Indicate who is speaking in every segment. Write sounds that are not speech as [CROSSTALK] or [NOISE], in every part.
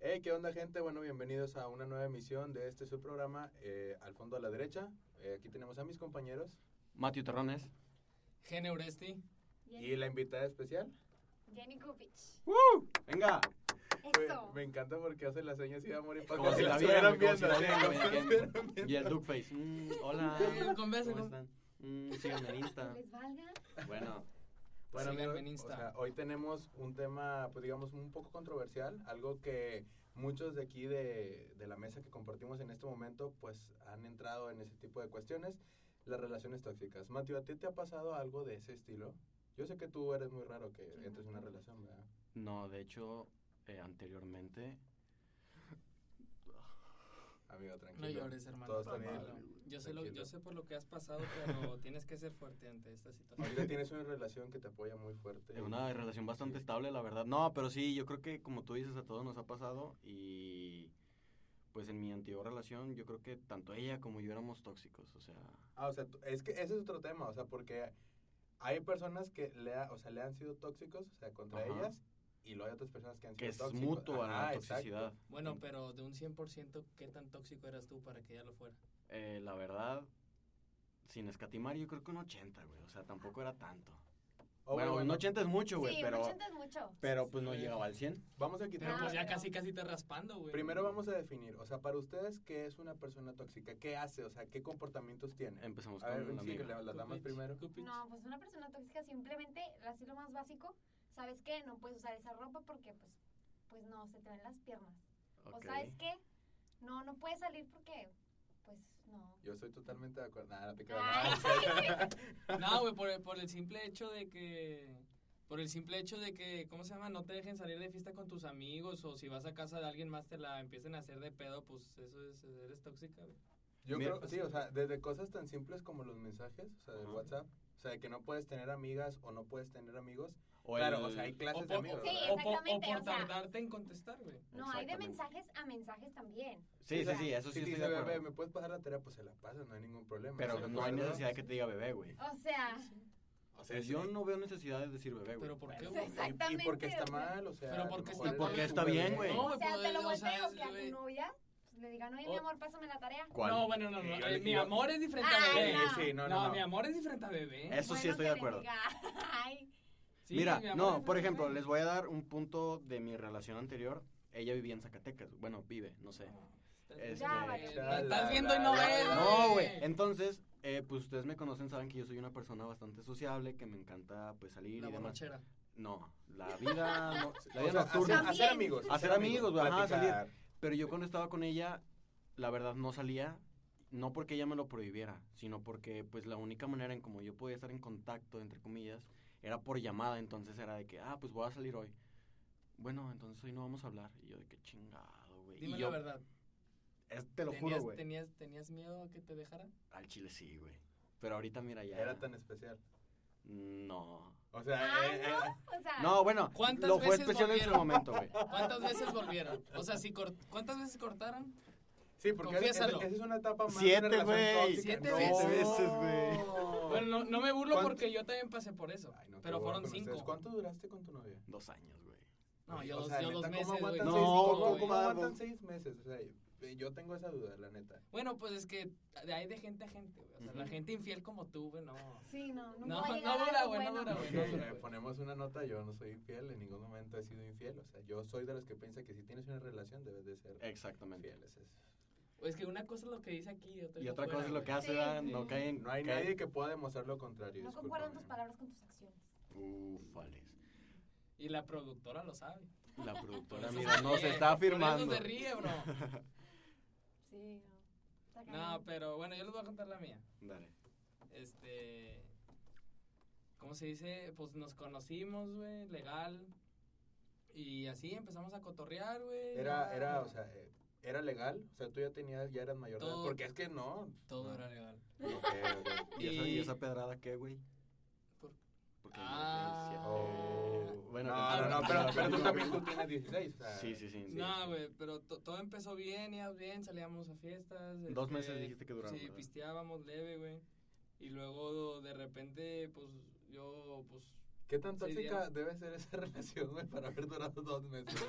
Speaker 1: Hey, ¿qué onda gente? Bueno, bienvenidos a una nueva emisión de este su programa, eh, Al fondo a la derecha. Eh, aquí tenemos a mis compañeros
Speaker 2: Matthew Terrones.
Speaker 3: Gene Uresti.
Speaker 1: y la invitada especial.
Speaker 4: Jenny Kupich.
Speaker 2: ¡Woo! ¡Venga!
Speaker 1: Me,
Speaker 4: Eso.
Speaker 1: me encanta porque hace la seña así de amor y paz.
Speaker 2: Como si la
Speaker 1: estuvieran
Speaker 2: vieran, güey, como si la
Speaker 1: viendo, así, como
Speaker 2: vieran, güey,
Speaker 1: si
Speaker 2: acá.
Speaker 1: estuvieran viendo.
Speaker 2: Y el Duckface. Mm,
Speaker 3: [LAUGHS]
Speaker 1: Ah,
Speaker 2: hola.
Speaker 3: Sí, con beso,
Speaker 2: ¿Cómo
Speaker 3: con-
Speaker 2: están? Mm, síganme en Insta.
Speaker 4: Que les valga.
Speaker 2: Bueno,
Speaker 1: Bueno,
Speaker 3: Síganme
Speaker 1: amigos,
Speaker 3: en Insta.
Speaker 1: o sea, hoy tenemos un tema, pues digamos, un poco controversial, algo que muchos de aquí de, de la mesa que compartimos en este momento, pues han entrado en ese tipo de cuestiones, las relaciones tóxicas. Mateo, ¿a ti te ha pasado algo de ese estilo? Yo sé que tú eres muy raro que
Speaker 4: Sí,
Speaker 1: entres en
Speaker 4: no.
Speaker 1: una relación, ¿verdad?
Speaker 2: no, de hecho, eh, anteriormente.
Speaker 1: Amigo, tranquilo.
Speaker 3: No llores, hermano.
Speaker 1: Todos
Speaker 3: tranquilo.
Speaker 1: también.
Speaker 3: Yo, sé lo, yo
Speaker 1: Tranquilo.
Speaker 3: sé por lo que has pasado, pero
Speaker 1: [LAUGHS]
Speaker 3: tienes que ser fuerte ante esta situación.
Speaker 1: Ahorita tienes una relación que te apoya muy fuerte.
Speaker 2: eh, Una relación bastante estable, la verdad. No, pero sí, yo creo que como tú dices, a todos nos ha pasado. Y pues en mi anterior relación, yo creo que tanto ella como yo éramos tóxicos. O sea,
Speaker 1: Ah, o sea, tú- es que ese es otro tema, o sea, porque hay personas que le, ha- o sea, le han sido tóxicos, o sea, contra
Speaker 2: Ajá.
Speaker 1: ellas, y luego hay otras personas que han sido
Speaker 2: que es
Speaker 1: tóxicos.
Speaker 2: mutua la
Speaker 1: Ajá, exacto.
Speaker 2: toxicidad.
Speaker 3: Bueno, pero de un 100%, ¿qué tan tóxico eras tú para que ya lo fuera?
Speaker 2: Eh, la verdad, sin escatimar, yo creo que un 80, güey. O sea, tampoco era tanto.
Speaker 1: Oh,
Speaker 2: bueno, un 80 es mucho, güey,
Speaker 4: sí,
Speaker 2: pero,
Speaker 4: 80 es mucho.
Speaker 2: pero pues no
Speaker 3: Sí.
Speaker 2: llegaba al 100.
Speaker 1: Vamos a
Speaker 3: Pero
Speaker 1: quitar.
Speaker 3: pues ya
Speaker 4: pero-
Speaker 3: casi, casi te raspando, güey.
Speaker 1: Primero vamos a definir, o sea, para ustedes, ¿qué es una persona tóxica? ¿Qué hace? O sea, ¿qué comportamientos tiene?
Speaker 2: Empezamos
Speaker 1: A
Speaker 2: con
Speaker 1: ver,
Speaker 2: la
Speaker 1: sí, que
Speaker 2: amiga.
Speaker 1: le- las damas
Speaker 3: Cupich,
Speaker 1: primero.
Speaker 3: Cupich.
Speaker 4: No, pues una persona tóxica simplemente, así lo más básico, ¿sabes qué? No puedes usar esa ropa porque, pues, pues no, se te ven las piernas. O
Speaker 2: Ok.
Speaker 4: ¿sabes qué? No, no puedes salir porque, pues, no.
Speaker 1: Yo estoy totalmente de acuerdo. Nada, no te creo.
Speaker 4: Ay,
Speaker 1: nada.
Speaker 3: No, güey, por, el- por el simple hecho de que. Por el simple hecho de que, ¿cómo se llama? No te dejen salir de fiesta con tus amigos o si vas a casa de alguien más te la empiecen a hacer de pedo, pues eso es, eres tóxica, güey.
Speaker 1: Yo
Speaker 2: Mira,
Speaker 1: creo, sí, o sea, desde cosas tan simples como los mensajes, o sea, del
Speaker 2: Ajá.
Speaker 1: WhatsApp, o sea, que no puedes tener amigas o no puedes tener amigos.
Speaker 2: O
Speaker 1: claro,
Speaker 2: el-
Speaker 1: o sea, hay
Speaker 3: O
Speaker 1: clases de
Speaker 3: por,
Speaker 1: amigos.
Speaker 3: o-
Speaker 4: Sí,
Speaker 1: ¿verdad?
Speaker 3: o por- o
Speaker 4: exactamente,
Speaker 3: por
Speaker 4: o sea-
Speaker 3: tardarte en contestar, güey.
Speaker 4: [LAUGHS] No, hay de
Speaker 2: Exactamente.
Speaker 4: mensajes a mensajes también.
Speaker 2: Sí, sí, sí, eso
Speaker 1: Si
Speaker 2: sí
Speaker 1: te
Speaker 2: estoy
Speaker 1: dice,
Speaker 2: de
Speaker 1: bebé, ¿me
Speaker 2: acuerdo.
Speaker 1: puedes pasar la tarea? Pues se la pasas, no hay ningún problema.
Speaker 2: Pero
Speaker 1: ¿estás de
Speaker 2: no hay
Speaker 1: acuerdo?
Speaker 2: necesidad que te diga bebé, güey.
Speaker 4: O sea,
Speaker 1: O sea,
Speaker 2: Pues yo
Speaker 1: sí.
Speaker 2: no veo necesidad de decir bebé, güey.
Speaker 3: Pero ¿por qué,
Speaker 4: Sí,
Speaker 3: güey?
Speaker 4: exacto.
Speaker 1: Y, y porque
Speaker 4: Exactamente,
Speaker 1: está
Speaker 4: o sea.
Speaker 1: mal, o sea.
Speaker 3: Pero
Speaker 1: a lo
Speaker 3: porque
Speaker 1: mejor
Speaker 3: está-
Speaker 1: eres
Speaker 2: porque
Speaker 1: un
Speaker 2: está
Speaker 1: bebé.
Speaker 2: bien, güey.
Speaker 3: No,
Speaker 4: o sea,
Speaker 3: pues,
Speaker 4: te lo
Speaker 3: o sea,
Speaker 4: volteo
Speaker 3: es-
Speaker 4: que a tu
Speaker 3: güey.
Speaker 4: novia pues, le digan, oye, mi
Speaker 3: O-
Speaker 4: amor, pásame la tarea.
Speaker 2: ¿Cuál?
Speaker 3: No, bueno, no, no.
Speaker 1: Yo
Speaker 3: eh,
Speaker 1: le-
Speaker 3: mi
Speaker 1: yo-
Speaker 3: amor es diferente a
Speaker 4: Ay,
Speaker 3: bebé.
Speaker 4: no.
Speaker 1: Sí, sí, no,
Speaker 3: Ah, no,
Speaker 1: no. no.
Speaker 3: mi amor es diferente a bebé.
Speaker 2: Eso sí
Speaker 4: Bueno,
Speaker 2: estoy
Speaker 4: que
Speaker 2: de
Speaker 4: le
Speaker 2: acuerdo.
Speaker 4: diga, [LAUGHS] Ay,
Speaker 3: Sí,
Speaker 2: Mira,
Speaker 3: mi amor es
Speaker 2: no,
Speaker 3: diferente
Speaker 2: por
Speaker 3: a
Speaker 2: ejemplo,
Speaker 3: bebé.
Speaker 2: les voy a dar un punto de mi relación anterior. Ella vivía en Zacatecas. Bueno, vive, no sé.
Speaker 3: Este,
Speaker 4: Ya, vale.
Speaker 3: Estás viendo y no ves.
Speaker 2: No, güey. Entonces, eh, pues ustedes me conocen, saben que yo soy una persona bastante sociable, que me encanta pues salir
Speaker 3: La
Speaker 2: y demás.
Speaker 3: borrachera.
Speaker 2: No, la vida, no- la vida
Speaker 1: O sea, hacer,
Speaker 2: nocturna.
Speaker 4: así-
Speaker 1: hacer amigos.
Speaker 2: Hacer amigos, güey, ajá,
Speaker 1: platicar.
Speaker 2: Pero yo cuando estaba con ella, la verdad no salía, no porque ella me lo prohibiera, sino porque pues la única manera en como yo podía estar en contacto, entre comillas, era por llamada, entonces era de que, ah, pues voy a salir hoy. Bueno, entonces hoy no vamos a hablar. Y yo de que chingado, güey.
Speaker 3: Dime
Speaker 2: y yo,
Speaker 3: la verdad.
Speaker 2: es- te lo
Speaker 3: ¿Tenías,
Speaker 2: juro, güey.
Speaker 3: tenías, ¿Tenías miedo a que te dejara?
Speaker 2: Al chile sí, güey. Pero ahorita mira ya.
Speaker 1: Era tan especial.
Speaker 2: No.
Speaker 1: O sea,
Speaker 4: ay,
Speaker 1: eh, eh,
Speaker 4: no. O sea,
Speaker 2: No, bueno,
Speaker 3: ¿Cuántas
Speaker 2: lo fue
Speaker 3: veces
Speaker 2: especial en su
Speaker 3: volvieron?
Speaker 2: momento, güey.
Speaker 3: ¿Cuántas veces volvieron? O sea, si cort- ¿cuántas veces cortaron?
Speaker 1: sí, porque esa- esa
Speaker 3: Confiésalo.
Speaker 1: esa es una etapa más. de
Speaker 2: Siete,
Speaker 1: relación
Speaker 2: güey.
Speaker 1: tóxica.
Speaker 3: Siete
Speaker 1: No.
Speaker 2: veces, güey.
Speaker 3: Bueno, no, no me burlo
Speaker 1: ¿Cuánto?
Speaker 3: porque yo también pasé por eso.
Speaker 1: Ay, no te
Speaker 3: pero
Speaker 1: voy a
Speaker 3: fueron
Speaker 1: conocer.
Speaker 3: cinco.
Speaker 1: ¿Cuánto duraste con tu novia?
Speaker 2: Dos años, güey.
Speaker 3: No, yo
Speaker 1: O
Speaker 3: dos,
Speaker 1: sea,
Speaker 3: yo
Speaker 1: neta,
Speaker 3: dos
Speaker 1: ¿cómo
Speaker 3: meses, güey.
Speaker 1: aguantan
Speaker 2: No,
Speaker 1: seis- ¿Cómo
Speaker 2: güey.
Speaker 1: cómo aguantan
Speaker 2: No.
Speaker 1: seis meses? O sea, eh, yo tengo esa duda, la neta.
Speaker 3: Bueno, pues es que hay de gente a gente, güey. O sea, la
Speaker 2: Ujú.
Speaker 3: gente infiel como tú, güey, no.
Speaker 4: Sí, no, nunca
Speaker 3: No,
Speaker 4: va a
Speaker 3: no
Speaker 4: llegar a
Speaker 3: dura,
Speaker 4: algo
Speaker 3: güey, no
Speaker 4: bueno.
Speaker 3: dura, güey.
Speaker 1: Ok,
Speaker 3: no,
Speaker 1: eh,
Speaker 3: güey.
Speaker 1: ponemos una nota, yo no soy infiel, en ningún momento he sido infiel. O sea, yo soy de los que piensa que si tienes una relación debes de ser
Speaker 2: Exactamente.
Speaker 1: fiel. ese es-
Speaker 3: Es que una cosa es lo que dice aquí y otra,
Speaker 2: Y
Speaker 3: es
Speaker 2: otra cosa
Speaker 3: afuera,
Speaker 2: es lo que
Speaker 3: güey.
Speaker 2: hace,
Speaker 4: Sí.
Speaker 2: ¿verdad? No caen.
Speaker 1: No hay
Speaker 2: caen-
Speaker 1: nadie que pueda demostrar lo contrario.
Speaker 4: No concuerdan tus
Speaker 1: discúlpame.
Speaker 4: palabras con tus acciones.
Speaker 2: Ufales.
Speaker 3: Y la productora lo sabe.
Speaker 2: La
Speaker 3: [LAUGHS] Por
Speaker 2: productora,
Speaker 3: eso
Speaker 2: mira,
Speaker 3: se
Speaker 2: nos
Speaker 3: ríe,
Speaker 2: está
Speaker 3: Por
Speaker 2: firmando.
Speaker 3: eso se
Speaker 2: [LAUGHS]
Speaker 3: ríe, bro.
Speaker 4: Sí, no. Está
Speaker 3: No,
Speaker 4: cañón.
Speaker 3: pero bueno, yo les voy a contar la mía.
Speaker 2: Dale.
Speaker 3: Este. ¿Cómo se dice? Pues nos conocimos, güey, legal. Y así empezamos a cotorrear, güey.
Speaker 1: Era,
Speaker 3: ya.
Speaker 1: era, o sea, eh, era legal, o sea, tú ya tenías, ya eras mayor de edad,
Speaker 3: Todo-
Speaker 1: porque es que no.
Speaker 3: Todo
Speaker 1: no.
Speaker 3: era legal.
Speaker 1: Ok, ok.
Speaker 2: ¿Y esa,
Speaker 3: Y-
Speaker 2: y esa pedrada qué, güey?
Speaker 3: Por-
Speaker 2: Porque yo tenía
Speaker 3: Ah.
Speaker 2: siete.
Speaker 1: Oh. no,
Speaker 2: ah,
Speaker 1: no, no,
Speaker 2: ah,
Speaker 1: pero,
Speaker 2: ah,
Speaker 1: pero tú
Speaker 2: no,
Speaker 1: también tú
Speaker 2: güey.
Speaker 1: tienes 16, o sea.
Speaker 2: Sí, sí, sí. sí.
Speaker 3: no, güey, pero to- todo empezó bien, íbamos bien, salíamos a fiestas. este,
Speaker 2: Dos meses dijiste que duraron,
Speaker 3: Sí,
Speaker 2: ¿verdad?
Speaker 3: pisteábamos leve, güey. Y luego de repente, pues yo, pues
Speaker 1: ¿Qué tan
Speaker 3: Sí,
Speaker 1: tóxica
Speaker 3: Diana.
Speaker 1: debe ser esa [LAUGHS] relación, güey, para haber durado dos
Speaker 4: [LAUGHS]
Speaker 1: meses?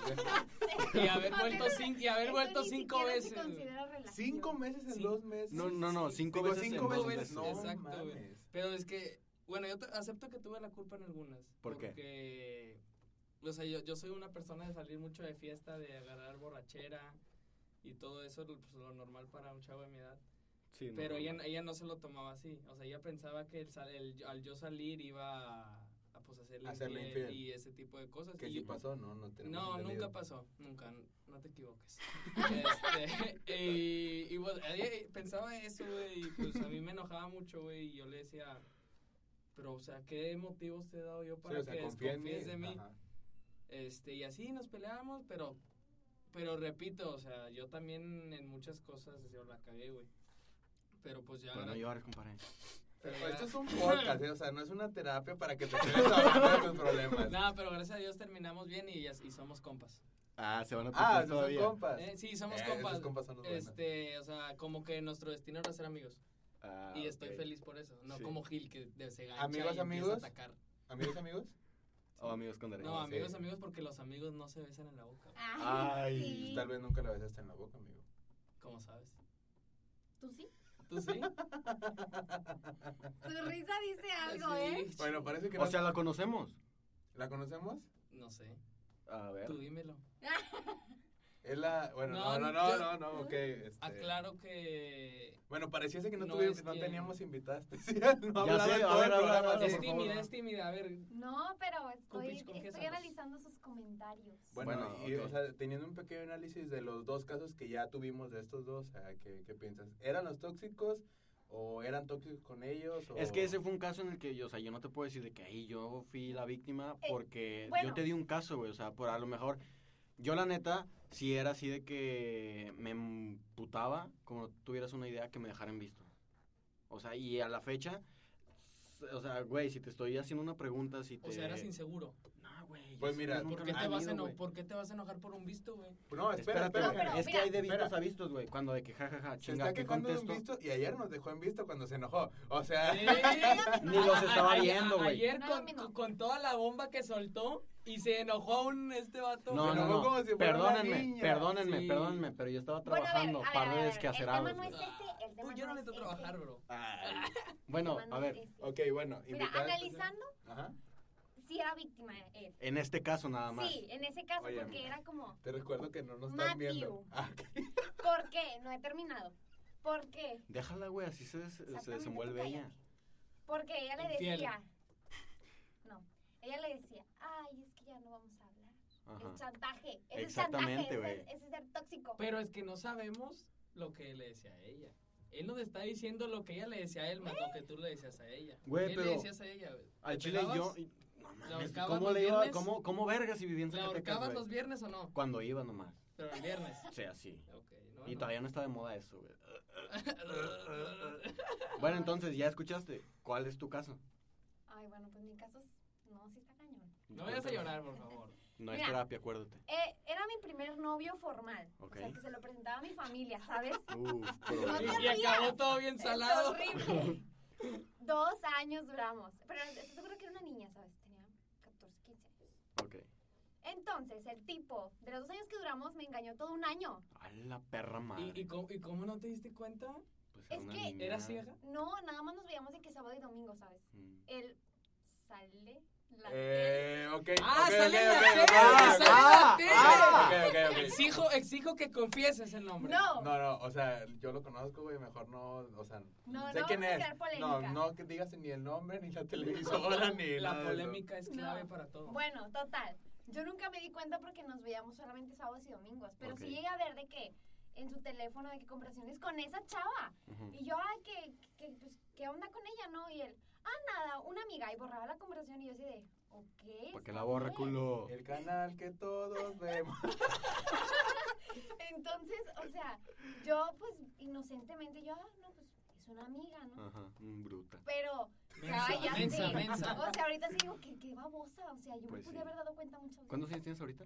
Speaker 1: güey?
Speaker 3: Y haber
Speaker 4: No,
Speaker 3: vuelto,
Speaker 4: no, no,
Speaker 3: cinco, y haber
Speaker 4: eso
Speaker 3: vuelto
Speaker 4: Ah, ni
Speaker 3: cinco
Speaker 4: siquiera
Speaker 3: veces.
Speaker 4: Se considera relación.
Speaker 1: ¿Cinco meses en
Speaker 3: Sí.
Speaker 1: dos meses?
Speaker 2: No, no, no,
Speaker 3: sí.
Speaker 2: cinco
Speaker 1: Digo,
Speaker 2: veces
Speaker 1: cinco
Speaker 2: en dos
Speaker 1: veces,
Speaker 2: meses.
Speaker 1: no
Speaker 3: Exacto,
Speaker 1: mames.
Speaker 3: güey. Pero es que, bueno, yo te- acepto que tuve la culpa en algunas.
Speaker 2: ¿Por qué?
Speaker 3: Porque, o sea, yo, yo soy una persona de salir mucho de fiesta, de agarrar borrachera y todo eso, pues lo normal para un chavo de mi edad.
Speaker 2: Sí, no,
Speaker 3: Pero
Speaker 2: no,
Speaker 3: ella,
Speaker 2: no.
Speaker 3: ella no se lo tomaba así. O sea, ella pensaba que el, sal- el- al yo salir iba a, a, pues, hacerle,
Speaker 1: Hacerle
Speaker 3: infiel
Speaker 1: infiel.
Speaker 3: y ese tipo de cosas.
Speaker 1: Que
Speaker 3: pues, Y
Speaker 1: sí
Speaker 3: yo-
Speaker 1: pasó, ¿no? No, tenemos
Speaker 3: no,
Speaker 1: entendido.
Speaker 3: nunca pasó, nunca, n- no te equivoques. Este, [LAUGHS] y, y bueno, eh, eh, pensaba eso, güey, y pues a mí me enojaba mucho, güey, y yo le decía, pero, o sea, ¿qué motivos te he dado yo
Speaker 1: Sí,
Speaker 3: para
Speaker 1: o sea,
Speaker 3: que
Speaker 1: confía en mí.
Speaker 3: desconfíes de mí?
Speaker 1: Ajá.
Speaker 3: Este, y así nos peleábamos, pero, pero repito, o sea, yo también en muchas cosas, yo la cagué, güey. Pero pues ya...
Speaker 2: Pero no llores, compadre.
Speaker 3: pero
Speaker 1: Pero
Speaker 3: ya-
Speaker 1: esto es
Speaker 3: [LAUGHS]
Speaker 1: un podcast, ¿eh? o sea, no es una terapia para que te quedes hablando de tus problemas.
Speaker 3: No, pero gracias a Dios terminamos bien y, ya- y somos compas.
Speaker 2: Ah, se van a
Speaker 1: ah,
Speaker 2: tocar
Speaker 1: son
Speaker 2: todavía.
Speaker 1: compas.
Speaker 3: Eh, sí, somos
Speaker 1: Eh,
Speaker 3: compas.
Speaker 1: Esos compas son los buenos.
Speaker 3: Este, o sea, como que nuestro destino era ser amigos.
Speaker 2: Ah,
Speaker 3: y estoy
Speaker 2: ok.
Speaker 3: feliz por eso. No
Speaker 2: Sí.
Speaker 3: como Gil que de- se gancha
Speaker 1: ¿Amigos,
Speaker 3: y empieza
Speaker 1: amigos?
Speaker 3: a atacar.
Speaker 1: ¿Amigos, amigos?
Speaker 2: O Oh, amigos con derecho.
Speaker 3: No,
Speaker 1: sí.
Speaker 3: amigos, amigos, porque los amigos no se besan en la boca. güey.
Speaker 4: Ay,
Speaker 2: Ay,
Speaker 4: sí.
Speaker 1: Pues Tal vez nunca la besaste en la boca, amigo.
Speaker 3: ¿Cómo sabes?
Speaker 4: ¿Tú sí?
Speaker 3: ¿Tú sí?
Speaker 4: Su risa dice [LAUGHS] algo,
Speaker 3: Sí,
Speaker 4: ¿eh?
Speaker 3: ch-
Speaker 1: Bueno, parece que
Speaker 2: O
Speaker 1: no-
Speaker 2: sea, la conocemos.
Speaker 1: ¿La conocemos?
Speaker 3: No sé.
Speaker 2: A ver.
Speaker 3: Tú dímelo.
Speaker 1: Es la... Bueno, no,
Speaker 3: No,
Speaker 1: no, no,
Speaker 3: yo-
Speaker 1: no, no, ok. este-
Speaker 3: Aclaro que.
Speaker 1: Bueno, pareciese que no,
Speaker 3: No
Speaker 1: tuvimos,
Speaker 3: es
Speaker 1: no
Speaker 3: que-
Speaker 1: teníamos invitadas [LAUGHS] especiales. No hablaba
Speaker 2: sé,
Speaker 1: en
Speaker 2: a
Speaker 1: todo
Speaker 2: ver,
Speaker 1: el
Speaker 2: habla,
Speaker 1: programa,
Speaker 2: habla,
Speaker 1: sí,
Speaker 3: Es
Speaker 1: por
Speaker 3: tímida,
Speaker 1: favor.
Speaker 3: es tímida. A ver.
Speaker 4: No, pero estoy,
Speaker 3: Compis,
Speaker 4: estoy
Speaker 3: confiésanos.
Speaker 4: analizando sus comentarios.
Speaker 1: Bueno,
Speaker 2: Bueno,
Speaker 1: y,
Speaker 2: ok.
Speaker 1: o sea, teniendo un pequeño análisis de los dos casos que ya tuvimos de estos dos, o sea, ¿qué, qué piensas? ¿Eran los tóxicos o eran tóxicos con ellos? o-
Speaker 2: Es que ese fue un caso en el que yo, o sea, yo no te puedo decir de que ahí yo fui la víctima
Speaker 4: Eh,
Speaker 2: porque
Speaker 4: bueno.
Speaker 2: yo te di un caso, güey, o sea, por a lo mejor yo la neta si era así de que me emputaba, como tuvieras una idea que me dejaran visto. O sea, y a la fecha s- o sea, güey, si te estoy haciendo una pregunta, si te
Speaker 3: O sea, eras inseguro.
Speaker 2: No, güey. yo
Speaker 1: Pues
Speaker 2: sí,
Speaker 1: mira,
Speaker 2: yo nunca
Speaker 3: ¿Por qué,
Speaker 2: me
Speaker 3: te
Speaker 2: he
Speaker 3: vas a
Speaker 2: ido,
Speaker 3: eno-
Speaker 2: güey.
Speaker 3: ¿Por qué te vas a enojar por un
Speaker 2: [LAUGHS]
Speaker 3: visto, güey?
Speaker 1: No, espera, espera.
Speaker 2: Espérate,
Speaker 1: espera.
Speaker 2: es que hay de vistos
Speaker 1: espera.
Speaker 2: a vistos, güey, cuando de que jajaja, ja, ja,
Speaker 1: Se
Speaker 2: chinga,
Speaker 1: está
Speaker 2: ¿qué
Speaker 1: quejando de un
Speaker 2: contesto?
Speaker 1: visto y ayer nos dejó en visto cuando se enojó. O sea,
Speaker 2: Ni los estaba
Speaker 3: ¿Eh? A- a-
Speaker 2: viendo, güey.
Speaker 3: Ayer
Speaker 4: No,
Speaker 3: con,
Speaker 4: a mí no.
Speaker 3: con toda la bomba que soltó y se enojó un este vato.
Speaker 2: No,
Speaker 1: Se
Speaker 2: no,
Speaker 1: enojó como
Speaker 2: no.
Speaker 1: si fuera una
Speaker 2: perdónenme,
Speaker 1: niña.
Speaker 2: perdónenme,
Speaker 3: Sí.
Speaker 2: perdónenme, pero yo estaba
Speaker 4: Bueno, a ver,
Speaker 2: trabajando,
Speaker 4: a ver, a
Speaker 2: par
Speaker 4: ver, a
Speaker 2: de
Speaker 4: ver, El
Speaker 2: desquacerados.
Speaker 4: tema no es
Speaker 2: güey.
Speaker 4: ese, el tema
Speaker 3: Uy, yo no
Speaker 4: no es
Speaker 3: necesito
Speaker 4: ese.
Speaker 3: trabajar, bro.
Speaker 2: Ay.
Speaker 4: El
Speaker 2: [LAUGHS] Bueno,
Speaker 4: tema no
Speaker 2: a
Speaker 4: es este
Speaker 2: ver,
Speaker 4: ese.
Speaker 1: [LAUGHS] ok, bueno.
Speaker 4: Mira,
Speaker 1: invitada
Speaker 4: analizando,
Speaker 1: especial. Ajá.
Speaker 4: sí era víctima él.
Speaker 2: en este caso nada más.
Speaker 4: Sí, en ese caso,
Speaker 1: Oye,
Speaker 4: porque
Speaker 1: amiga.
Speaker 4: era como,
Speaker 1: Te recuerdo que no nos estás
Speaker 4: Matthew.
Speaker 1: viendo. Ah, ok.
Speaker 4: ¿por qué? No he terminado. ¿Por qué?
Speaker 2: Déjala, güey, así se, des- se
Speaker 4: Exactamente, tú
Speaker 2: desenvuelve
Speaker 4: cállate.
Speaker 2: ella.
Speaker 4: Porque ella le
Speaker 3: Infiel.
Speaker 4: decía. No, ella le decía, ay, es que ya no vamos a hablar.
Speaker 2: Ajá.
Speaker 4: Es chantaje. Ese es
Speaker 2: Exactamente,
Speaker 4: chantaje.
Speaker 2: güey.
Speaker 4: Ese, es- ese es ser tóxico.
Speaker 3: Pero es que no sabemos lo que le decía a ella. Él nos está diciendo lo que ella le decía a él, más lo que tú le decías a ella.
Speaker 2: Güey,
Speaker 3: ¿Qué
Speaker 2: pero-
Speaker 3: le decías a ella, güey?
Speaker 2: Al
Speaker 3: ¿Te
Speaker 2: chile
Speaker 3: pelabas?
Speaker 2: yo... y- No mames,
Speaker 3: ahorcabas
Speaker 2: ¿cómo
Speaker 3: los
Speaker 2: le iba?
Speaker 3: viernes?
Speaker 2: ¿Cómo, cómo vergas si vivía en
Speaker 3: ¿La
Speaker 2: Zacatecas,
Speaker 3: ahorcabas
Speaker 2: güey?
Speaker 3: los viernes o no?
Speaker 2: Cuando iba nomás.
Speaker 3: Pero el viernes.
Speaker 2: O sea, así.
Speaker 3: Ok, no,
Speaker 2: Y
Speaker 3: no.
Speaker 2: todavía no está de moda eso, güey. Bueno, entonces, ya escuchaste. ¿Cuál es tu caso?
Speaker 4: Ay, bueno, pues mi caso es. No, sí está cañón.
Speaker 3: No vayas a llorar, por favor.
Speaker 2: No es
Speaker 4: Mira.
Speaker 2: terapia, acuérdate.
Speaker 4: Eh, era mi primer novio formal.
Speaker 2: Ok.
Speaker 4: O sea, que se lo presentaba a mi familia,
Speaker 3: [LAUGHS]
Speaker 4: ¿sabes?
Speaker 2: Uf,
Speaker 4: [LAUGHS] No
Speaker 2: pero...
Speaker 4: te
Speaker 3: Y, y acabó todo bien
Speaker 4: Es
Speaker 3: salado. [LAUGHS]
Speaker 4: horrible. Dos años duramos. Pero estoy seguro que era una niña, ¿sabes? Tenía 14, 15 años.
Speaker 2: Ok.
Speaker 4: Entonces, el tipo, de los dos años que duramos, me engañó todo un año.
Speaker 2: A la perra madre.
Speaker 3: ¿Y, y cómo, y cómo no te diste cuenta?
Speaker 2: Pues era
Speaker 4: Es
Speaker 2: una
Speaker 4: que-
Speaker 2: niña.
Speaker 3: ¿Era ciega?
Speaker 4: No, nada más nos veíamos de que sábado y domingo, ¿sabes?
Speaker 2: Mm.
Speaker 4: Él sale la
Speaker 1: Eh, ok.
Speaker 3: Ah,
Speaker 1: ok,
Speaker 3: sale
Speaker 1: ok,
Speaker 3: la
Speaker 1: ok, ok,
Speaker 3: tele,
Speaker 1: ok,
Speaker 3: sale la tele.
Speaker 2: ah.
Speaker 1: ok, ok, ok.
Speaker 3: Exijo, exijo que confieses el nombre.
Speaker 4: No, no,
Speaker 1: No, no, o sea, yo lo conozco, güey, mejor no, o sea,
Speaker 4: no,
Speaker 1: sé
Speaker 4: no
Speaker 1: quién es.
Speaker 4: vamos a crear
Speaker 1: No,
Speaker 4: polémica.
Speaker 1: no que digas ni el nombre, ni la televisora, ni
Speaker 3: La
Speaker 1: nada de eso.
Speaker 3: polémica es clave
Speaker 4: No.
Speaker 3: para todo.
Speaker 4: Bueno, total. Yo nunca me di cuenta porque nos veíamos solamente sábados y domingos. Pero
Speaker 2: Ok.
Speaker 4: sí llegué a ver de que en su teléfono de que conversaciones con esa chava.
Speaker 2: Ujú.
Speaker 4: Y yo, ay, que, que, pues, ¿qué onda con ella, no? Y él, ah, nada, una amiga. Y borraba la conversación y yo así de, ok.
Speaker 2: ¿Para qué
Speaker 4: está
Speaker 2: la borra,
Speaker 4: bien".
Speaker 2: culo?
Speaker 1: El canal que todos vemos.
Speaker 4: [LAUGHS] Entonces, o sea, yo pues inocentemente, yo, ah, no, pues es una amiga, ¿no?
Speaker 2: Ajá, mm, bruta.
Speaker 4: Pero,
Speaker 3: Mensa,
Speaker 4: cállate.
Speaker 3: mensa, mensa.
Speaker 4: o sea, ahorita sí digo, que qué babosa, o sea, yo
Speaker 2: Pues
Speaker 4: me pude
Speaker 2: sí.
Speaker 4: haber dado cuenta muchas veces.
Speaker 2: ¿Cuántos años tienes ahorita?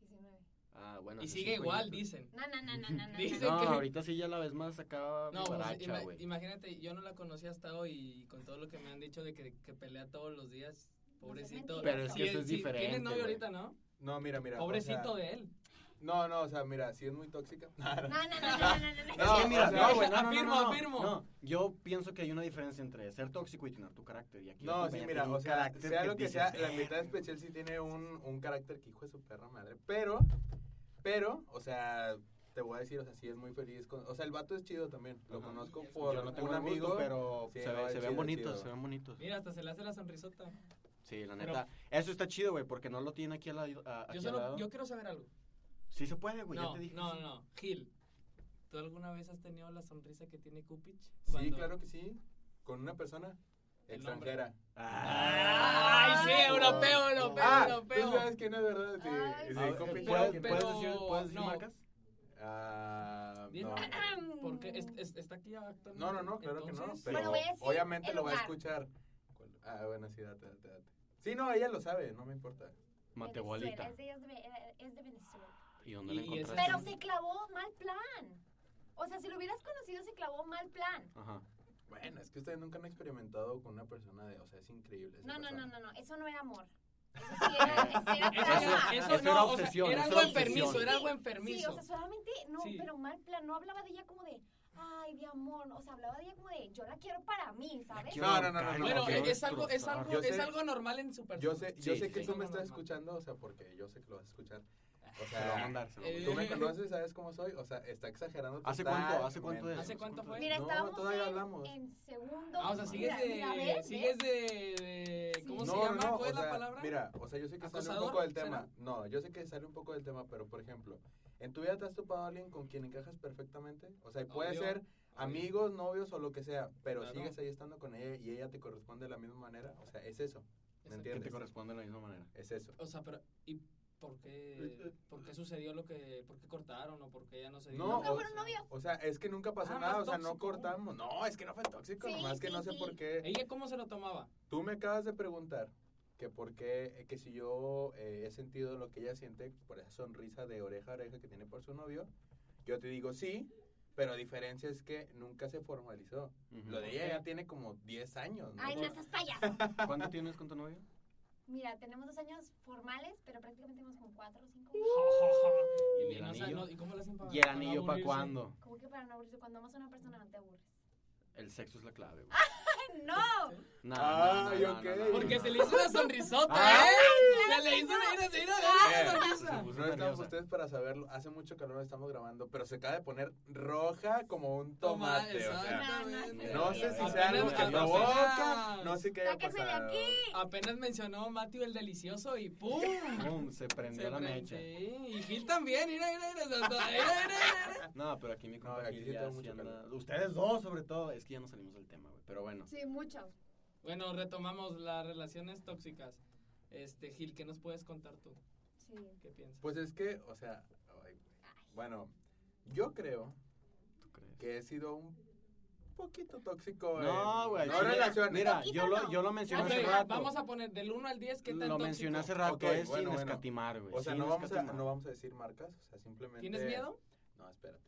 Speaker 4: 19.
Speaker 2: Ah, bueno.
Speaker 3: Y
Speaker 2: hace
Speaker 3: sigue
Speaker 2: cinco
Speaker 3: igual,
Speaker 2: añitos.
Speaker 3: dicen.
Speaker 4: No, no, no, no, no, no,
Speaker 3: Dice
Speaker 4: no.
Speaker 2: No,
Speaker 3: que- [LAUGHS]
Speaker 2: ahorita sí ya la ves más acá
Speaker 3: No, pues,
Speaker 2: baracha,
Speaker 3: ima-
Speaker 2: güey.
Speaker 3: imagínate, yo no la conocí hasta hoy y con todo lo que me han dicho de que, que pelea todos los días, Pobrecito.
Speaker 4: Pero Pues, es
Speaker 3: Sí,
Speaker 4: que
Speaker 2: eso
Speaker 3: él-
Speaker 2: es
Speaker 3: sí,
Speaker 2: diferente,
Speaker 3: Tiene novio
Speaker 2: güey.
Speaker 3: ahorita, ¿no?
Speaker 1: No, mira, mira. o sea,
Speaker 3: Pobrecito de él.
Speaker 1: No, no, o sea, mira, si es muy tóxica. [LAUGHS]
Speaker 4: No, no, no, no, no, no, no.
Speaker 2: [LAUGHS]
Speaker 1: No,
Speaker 2: Es que mira,
Speaker 1: o sea,
Speaker 2: no, güey, no, no, no,
Speaker 3: afirmo,
Speaker 2: no, no.
Speaker 3: afirmo.
Speaker 2: No, yo pienso que hay una diferencia entre ser tóxico y tener tu carácter. Y aquí la
Speaker 1: No, sí,
Speaker 2: compañía
Speaker 1: mira,
Speaker 2: tiene un
Speaker 1: o sea,
Speaker 2: carácter
Speaker 1: sea lo que
Speaker 2: dices, "Eh".
Speaker 1: sea, la
Speaker 2: "Verga".
Speaker 1: mitad especial sí tiene un, un carácter que hijo de su perra madre. Pero, pero, o sea, te voy a decir, o sea, sí es muy feliz. con- o sea, el vato es chido también. Lo
Speaker 2: Ajá.
Speaker 1: conozco
Speaker 3: Yo
Speaker 1: por
Speaker 2: Yo no tengo
Speaker 1: un
Speaker 2: el gusto,
Speaker 1: amigo.
Speaker 2: pero
Speaker 1: Sí,
Speaker 2: [LAUGHS] se,
Speaker 1: no,
Speaker 2: ve- se
Speaker 1: chido,
Speaker 2: ven bonitos,
Speaker 1: chido.
Speaker 2: se ven bonitos.
Speaker 3: Mira, hasta se le hace la sonrisota.
Speaker 2: Sí, la
Speaker 3: Pero-
Speaker 2: neta. Eso está chido, güey, porque no lo tiene aquí al, lado- a- aquí
Speaker 3: Yo
Speaker 2: al
Speaker 3: solo,
Speaker 2: lado.
Speaker 3: yo quiero saber algo.
Speaker 2: Sí se puede, güey, ya
Speaker 3: no,
Speaker 2: te dije.
Speaker 3: no,
Speaker 2: sí.
Speaker 3: no, Gil. ¿Tú alguna vez has tenido la sonrisa que tiene Kupich?
Speaker 1: Sí,
Speaker 3: Cuando-
Speaker 1: claro que sí. Con una persona
Speaker 3: El nombre.
Speaker 1: extranjera.
Speaker 2: Ah.
Speaker 3: Ay, sí, europeo, europeo,
Speaker 1: ah,
Speaker 3: europeo.
Speaker 1: tú sabes que no es verdad. Sí,
Speaker 4: Ay,
Speaker 1: sí,
Speaker 2: A ver,
Speaker 1: con
Speaker 2: ¿puedes,
Speaker 1: Peter
Speaker 2: ¿puedes,
Speaker 1: Hawking.
Speaker 3: pero-
Speaker 2: decir, ¿Puedes decir
Speaker 3: no.
Speaker 2: marcas?
Speaker 1: Ah,
Speaker 3: Bien,
Speaker 1: no.
Speaker 3: Porque es- es- está aquí
Speaker 2: ah".
Speaker 3: actualmente.
Speaker 1: No, no, no, claro que no.
Speaker 3: Entonces,
Speaker 1: Pero
Speaker 4: Bueno, voy a decir
Speaker 1: obviamente
Speaker 4: el
Speaker 1: lo va a
Speaker 4: lugar.
Speaker 1: escuchar. Ah, bueno, sí, date, date, date. Sí, no, ella lo sabe, no me importa.
Speaker 4: Venezuela,
Speaker 2: Matebolita.
Speaker 4: Es de, es de- es de Venezuela.
Speaker 2: ¿Y dónde la
Speaker 3: Y es-
Speaker 2: encontraste?
Speaker 4: Pero se clavó mal plan. O sea, si lo hubieras conocido, se clavó mal plan.
Speaker 2: Ajá.
Speaker 1: Bueno, es que ustedes nunca han experimentado con una persona de, o sea, es increíble. esa
Speaker 4: No, no,
Speaker 1: persona.
Speaker 4: no, no, no. Eso no era amor. Eso sí era, era
Speaker 3: [LAUGHS] Eso, eso
Speaker 4: trampa.
Speaker 2: Eso
Speaker 3: no,
Speaker 2: era
Speaker 3: o sea,
Speaker 2: obsesión,
Speaker 3: era
Speaker 2: eso
Speaker 3: algo
Speaker 2: era
Speaker 3: en permiso,
Speaker 2: obsesión.
Speaker 3: era algo en
Speaker 4: Sí,
Speaker 3: permiso.
Speaker 4: o sea, solamente, no,
Speaker 3: Sí.
Speaker 4: pero mal plan. No hablaba de ella como de, ay, de amor. O sea, hablaba de ella como de, yo la quiero para mí, ¿sabes?
Speaker 1: quiero- No, no, no, no, no,
Speaker 3: bueno,
Speaker 1: yo
Speaker 3: es,
Speaker 1: quiero
Speaker 3: es algo, es algo,
Speaker 1: Yo
Speaker 3: es
Speaker 1: sé-
Speaker 3: algo normal en su persona.
Speaker 1: Yo sé, yo
Speaker 2: Sí,
Speaker 1: sé que
Speaker 2: sí.
Speaker 1: tú me estás
Speaker 3: Normal.
Speaker 1: escuchando, o sea, porque yo sé que lo vas a escuchar. O
Speaker 2: Se lo va a
Speaker 1: sea,
Speaker 2: mandar, se lo va a
Speaker 3: Eh,
Speaker 1: tú me conoces, sabes cómo soy, o sea, está exagerando.
Speaker 2: ¿Hace cuánto?
Speaker 1: totalmente.
Speaker 2: ¿Hace cuánto es?
Speaker 3: ¿Hace cuánto fue?
Speaker 4: Mira,
Speaker 1: No,
Speaker 4: estábamos
Speaker 1: todavía
Speaker 4: en,
Speaker 1: hablamos.
Speaker 4: en segundo.
Speaker 3: Ah, o sea, sigues
Speaker 4: Mira, mira,
Speaker 3: de,
Speaker 4: ¿ves?
Speaker 3: sigues
Speaker 4: ¿Ves?
Speaker 3: de, de- ¿cómo
Speaker 1: No,
Speaker 4: Sí.
Speaker 3: se
Speaker 1: no,
Speaker 3: llama?
Speaker 1: no,
Speaker 3: ¿Cuál
Speaker 1: o
Speaker 3: es la
Speaker 1: sea,
Speaker 3: palabra?
Speaker 1: Mira, o sea, yo sé que sale un
Speaker 3: ¿Acosador?
Speaker 1: poco del
Speaker 3: ¿Será?
Speaker 1: tema. No, yo sé que sale un poco del tema, pero por ejemplo, ¿en tu vida te has topado a alguien con quien encajas perfectamente? O sea, y puede
Speaker 3: Obvio.
Speaker 1: ser amigos, novios o lo que sea, pero
Speaker 3: Claro.
Speaker 1: sigues ahí estando con ella y ella te corresponde de la misma manera. O sea, es eso, ¿me
Speaker 3: Exacto.
Speaker 2: Que
Speaker 1: entiendes?
Speaker 2: te corresponde de la misma manera.
Speaker 1: Es eso.
Speaker 3: O sea, pero ¿y por qué, por qué sucedió lo que, por qué cortaron o por qué ya no se dio?
Speaker 1: No,
Speaker 4: Nunca
Speaker 1: o-
Speaker 4: fueron novios.
Speaker 1: O sea, es que nunca pasó
Speaker 3: Ah,
Speaker 1: nada,
Speaker 3: más
Speaker 1: o sea, no
Speaker 3: tóxico.
Speaker 1: cortamos. No, es que no fue tóxico,
Speaker 4: Sí,
Speaker 1: nomás que
Speaker 4: sí,
Speaker 1: no sé
Speaker 4: sí.
Speaker 1: por qué.
Speaker 3: ¿Ella cómo se lo tomaba?
Speaker 1: Tú me acabas de preguntar que por qué, que si yo eh, he sentido lo que ella siente por esa sonrisa de oreja a oreja que tiene por su novio, yo te digo sí, pero la diferencia es que nunca se formalizó.
Speaker 2: Ujú.
Speaker 1: Lo de ella ya tiene como 10 años, ¿no?
Speaker 4: Ay, no,
Speaker 1: Por-
Speaker 4: estás payaso.
Speaker 2: ¿Cuánto tienes con tu novio?
Speaker 4: Mira, tenemos dos años formales, pero prácticamente tenemos como cuatro o cinco.
Speaker 2: ¿Y
Speaker 3: [LAUGHS]
Speaker 2: el
Speaker 3: no sé,
Speaker 2: anillo?
Speaker 3: no, ¿y cómo le hacen para
Speaker 2: ¿Y el anillo para
Speaker 3: aburrirse?
Speaker 2: cuándo?
Speaker 4: Como que para no aburrirse, cuando amas a una persona no te aburres.
Speaker 2: El sexo es la clave, güey.
Speaker 3: ¡Eh,
Speaker 4: ¡Ay, no!
Speaker 2: No,
Speaker 1: Ay,
Speaker 2: no, no, no,
Speaker 1: ok.
Speaker 2: no, no,
Speaker 3: Porque
Speaker 2: no.
Speaker 3: se le hizo una sonrisota,
Speaker 1: Ah.
Speaker 2: Ay,
Speaker 3: ¿eh? Se le hizo una, mira, se hizo
Speaker 1: Eh,
Speaker 3: una,
Speaker 2: se
Speaker 3: sonrisa.
Speaker 2: puso
Speaker 1: No estamos
Speaker 2: nerviosa.
Speaker 1: ustedes para saberlo, hace mucho calor no estamos grabando, pero se acaba de poner roja como un
Speaker 3: Tomate,
Speaker 1: tomate, o sea,
Speaker 3: exactamente.
Speaker 1: no sé si sea
Speaker 3: Apenas-
Speaker 1: algo que
Speaker 3: apenas-
Speaker 1: provoca, no sé qué haya
Speaker 4: ¡Sáquenme de
Speaker 1: pasado.
Speaker 4: aquí!
Speaker 3: Apenas mencionó Matthew el delicioso y ¡pum!
Speaker 2: Pum, se prendió
Speaker 3: Se
Speaker 2: la
Speaker 3: prende.
Speaker 2: mecha.
Speaker 3: Sí, y Gil también, mira, mira, mira, mira, mira, mira, mira.
Speaker 2: No, pero aquí mi
Speaker 1: No,
Speaker 2: compa
Speaker 1: aquí
Speaker 2: Gil
Speaker 1: sí
Speaker 2: ya
Speaker 1: tengo
Speaker 2: sí
Speaker 1: mucho
Speaker 2: anda-
Speaker 1: calor.
Speaker 2: Ustedes dos, sobre todo. Es que ya no salimos del tema, güey. Pero
Speaker 3: Ah.
Speaker 2: bueno.
Speaker 4: Sí, mucho.
Speaker 3: Bueno, retomamos las relaciones tóxicas. Este, Gil, ¿qué nos puedes contar tú?
Speaker 4: Sí.
Speaker 3: ¿Qué piensas?
Speaker 1: Pues es que, o sea, ay, güey. bueno, yo creo
Speaker 2: ¿Tú crees?
Speaker 1: que he sido un poquito tóxico.
Speaker 2: No,
Speaker 1: en-
Speaker 2: güey.
Speaker 1: No
Speaker 2: mira,
Speaker 1: relaciones.
Speaker 2: Mira,
Speaker 4: Poquito
Speaker 2: yo lo,
Speaker 4: no.
Speaker 2: yo lo
Speaker 3: Ah, Ok,
Speaker 2: mencioné
Speaker 4: mencionó
Speaker 2: hace rato.
Speaker 3: vamos a poner del 1 al 10, ¿qué tan
Speaker 2: Lo
Speaker 3: tóxico?
Speaker 2: mencioné hace rato.
Speaker 1: Ok,
Speaker 2: es
Speaker 1: bueno,
Speaker 2: sin
Speaker 1: bueno.
Speaker 2: escatimar, güey.
Speaker 1: o sea,
Speaker 2: sin
Speaker 1: no vamos, a,
Speaker 2: escatimar.
Speaker 1: no vamos a decir marcas, o sea, simplemente...
Speaker 3: ¿Tienes miedo?
Speaker 1: No, espérate.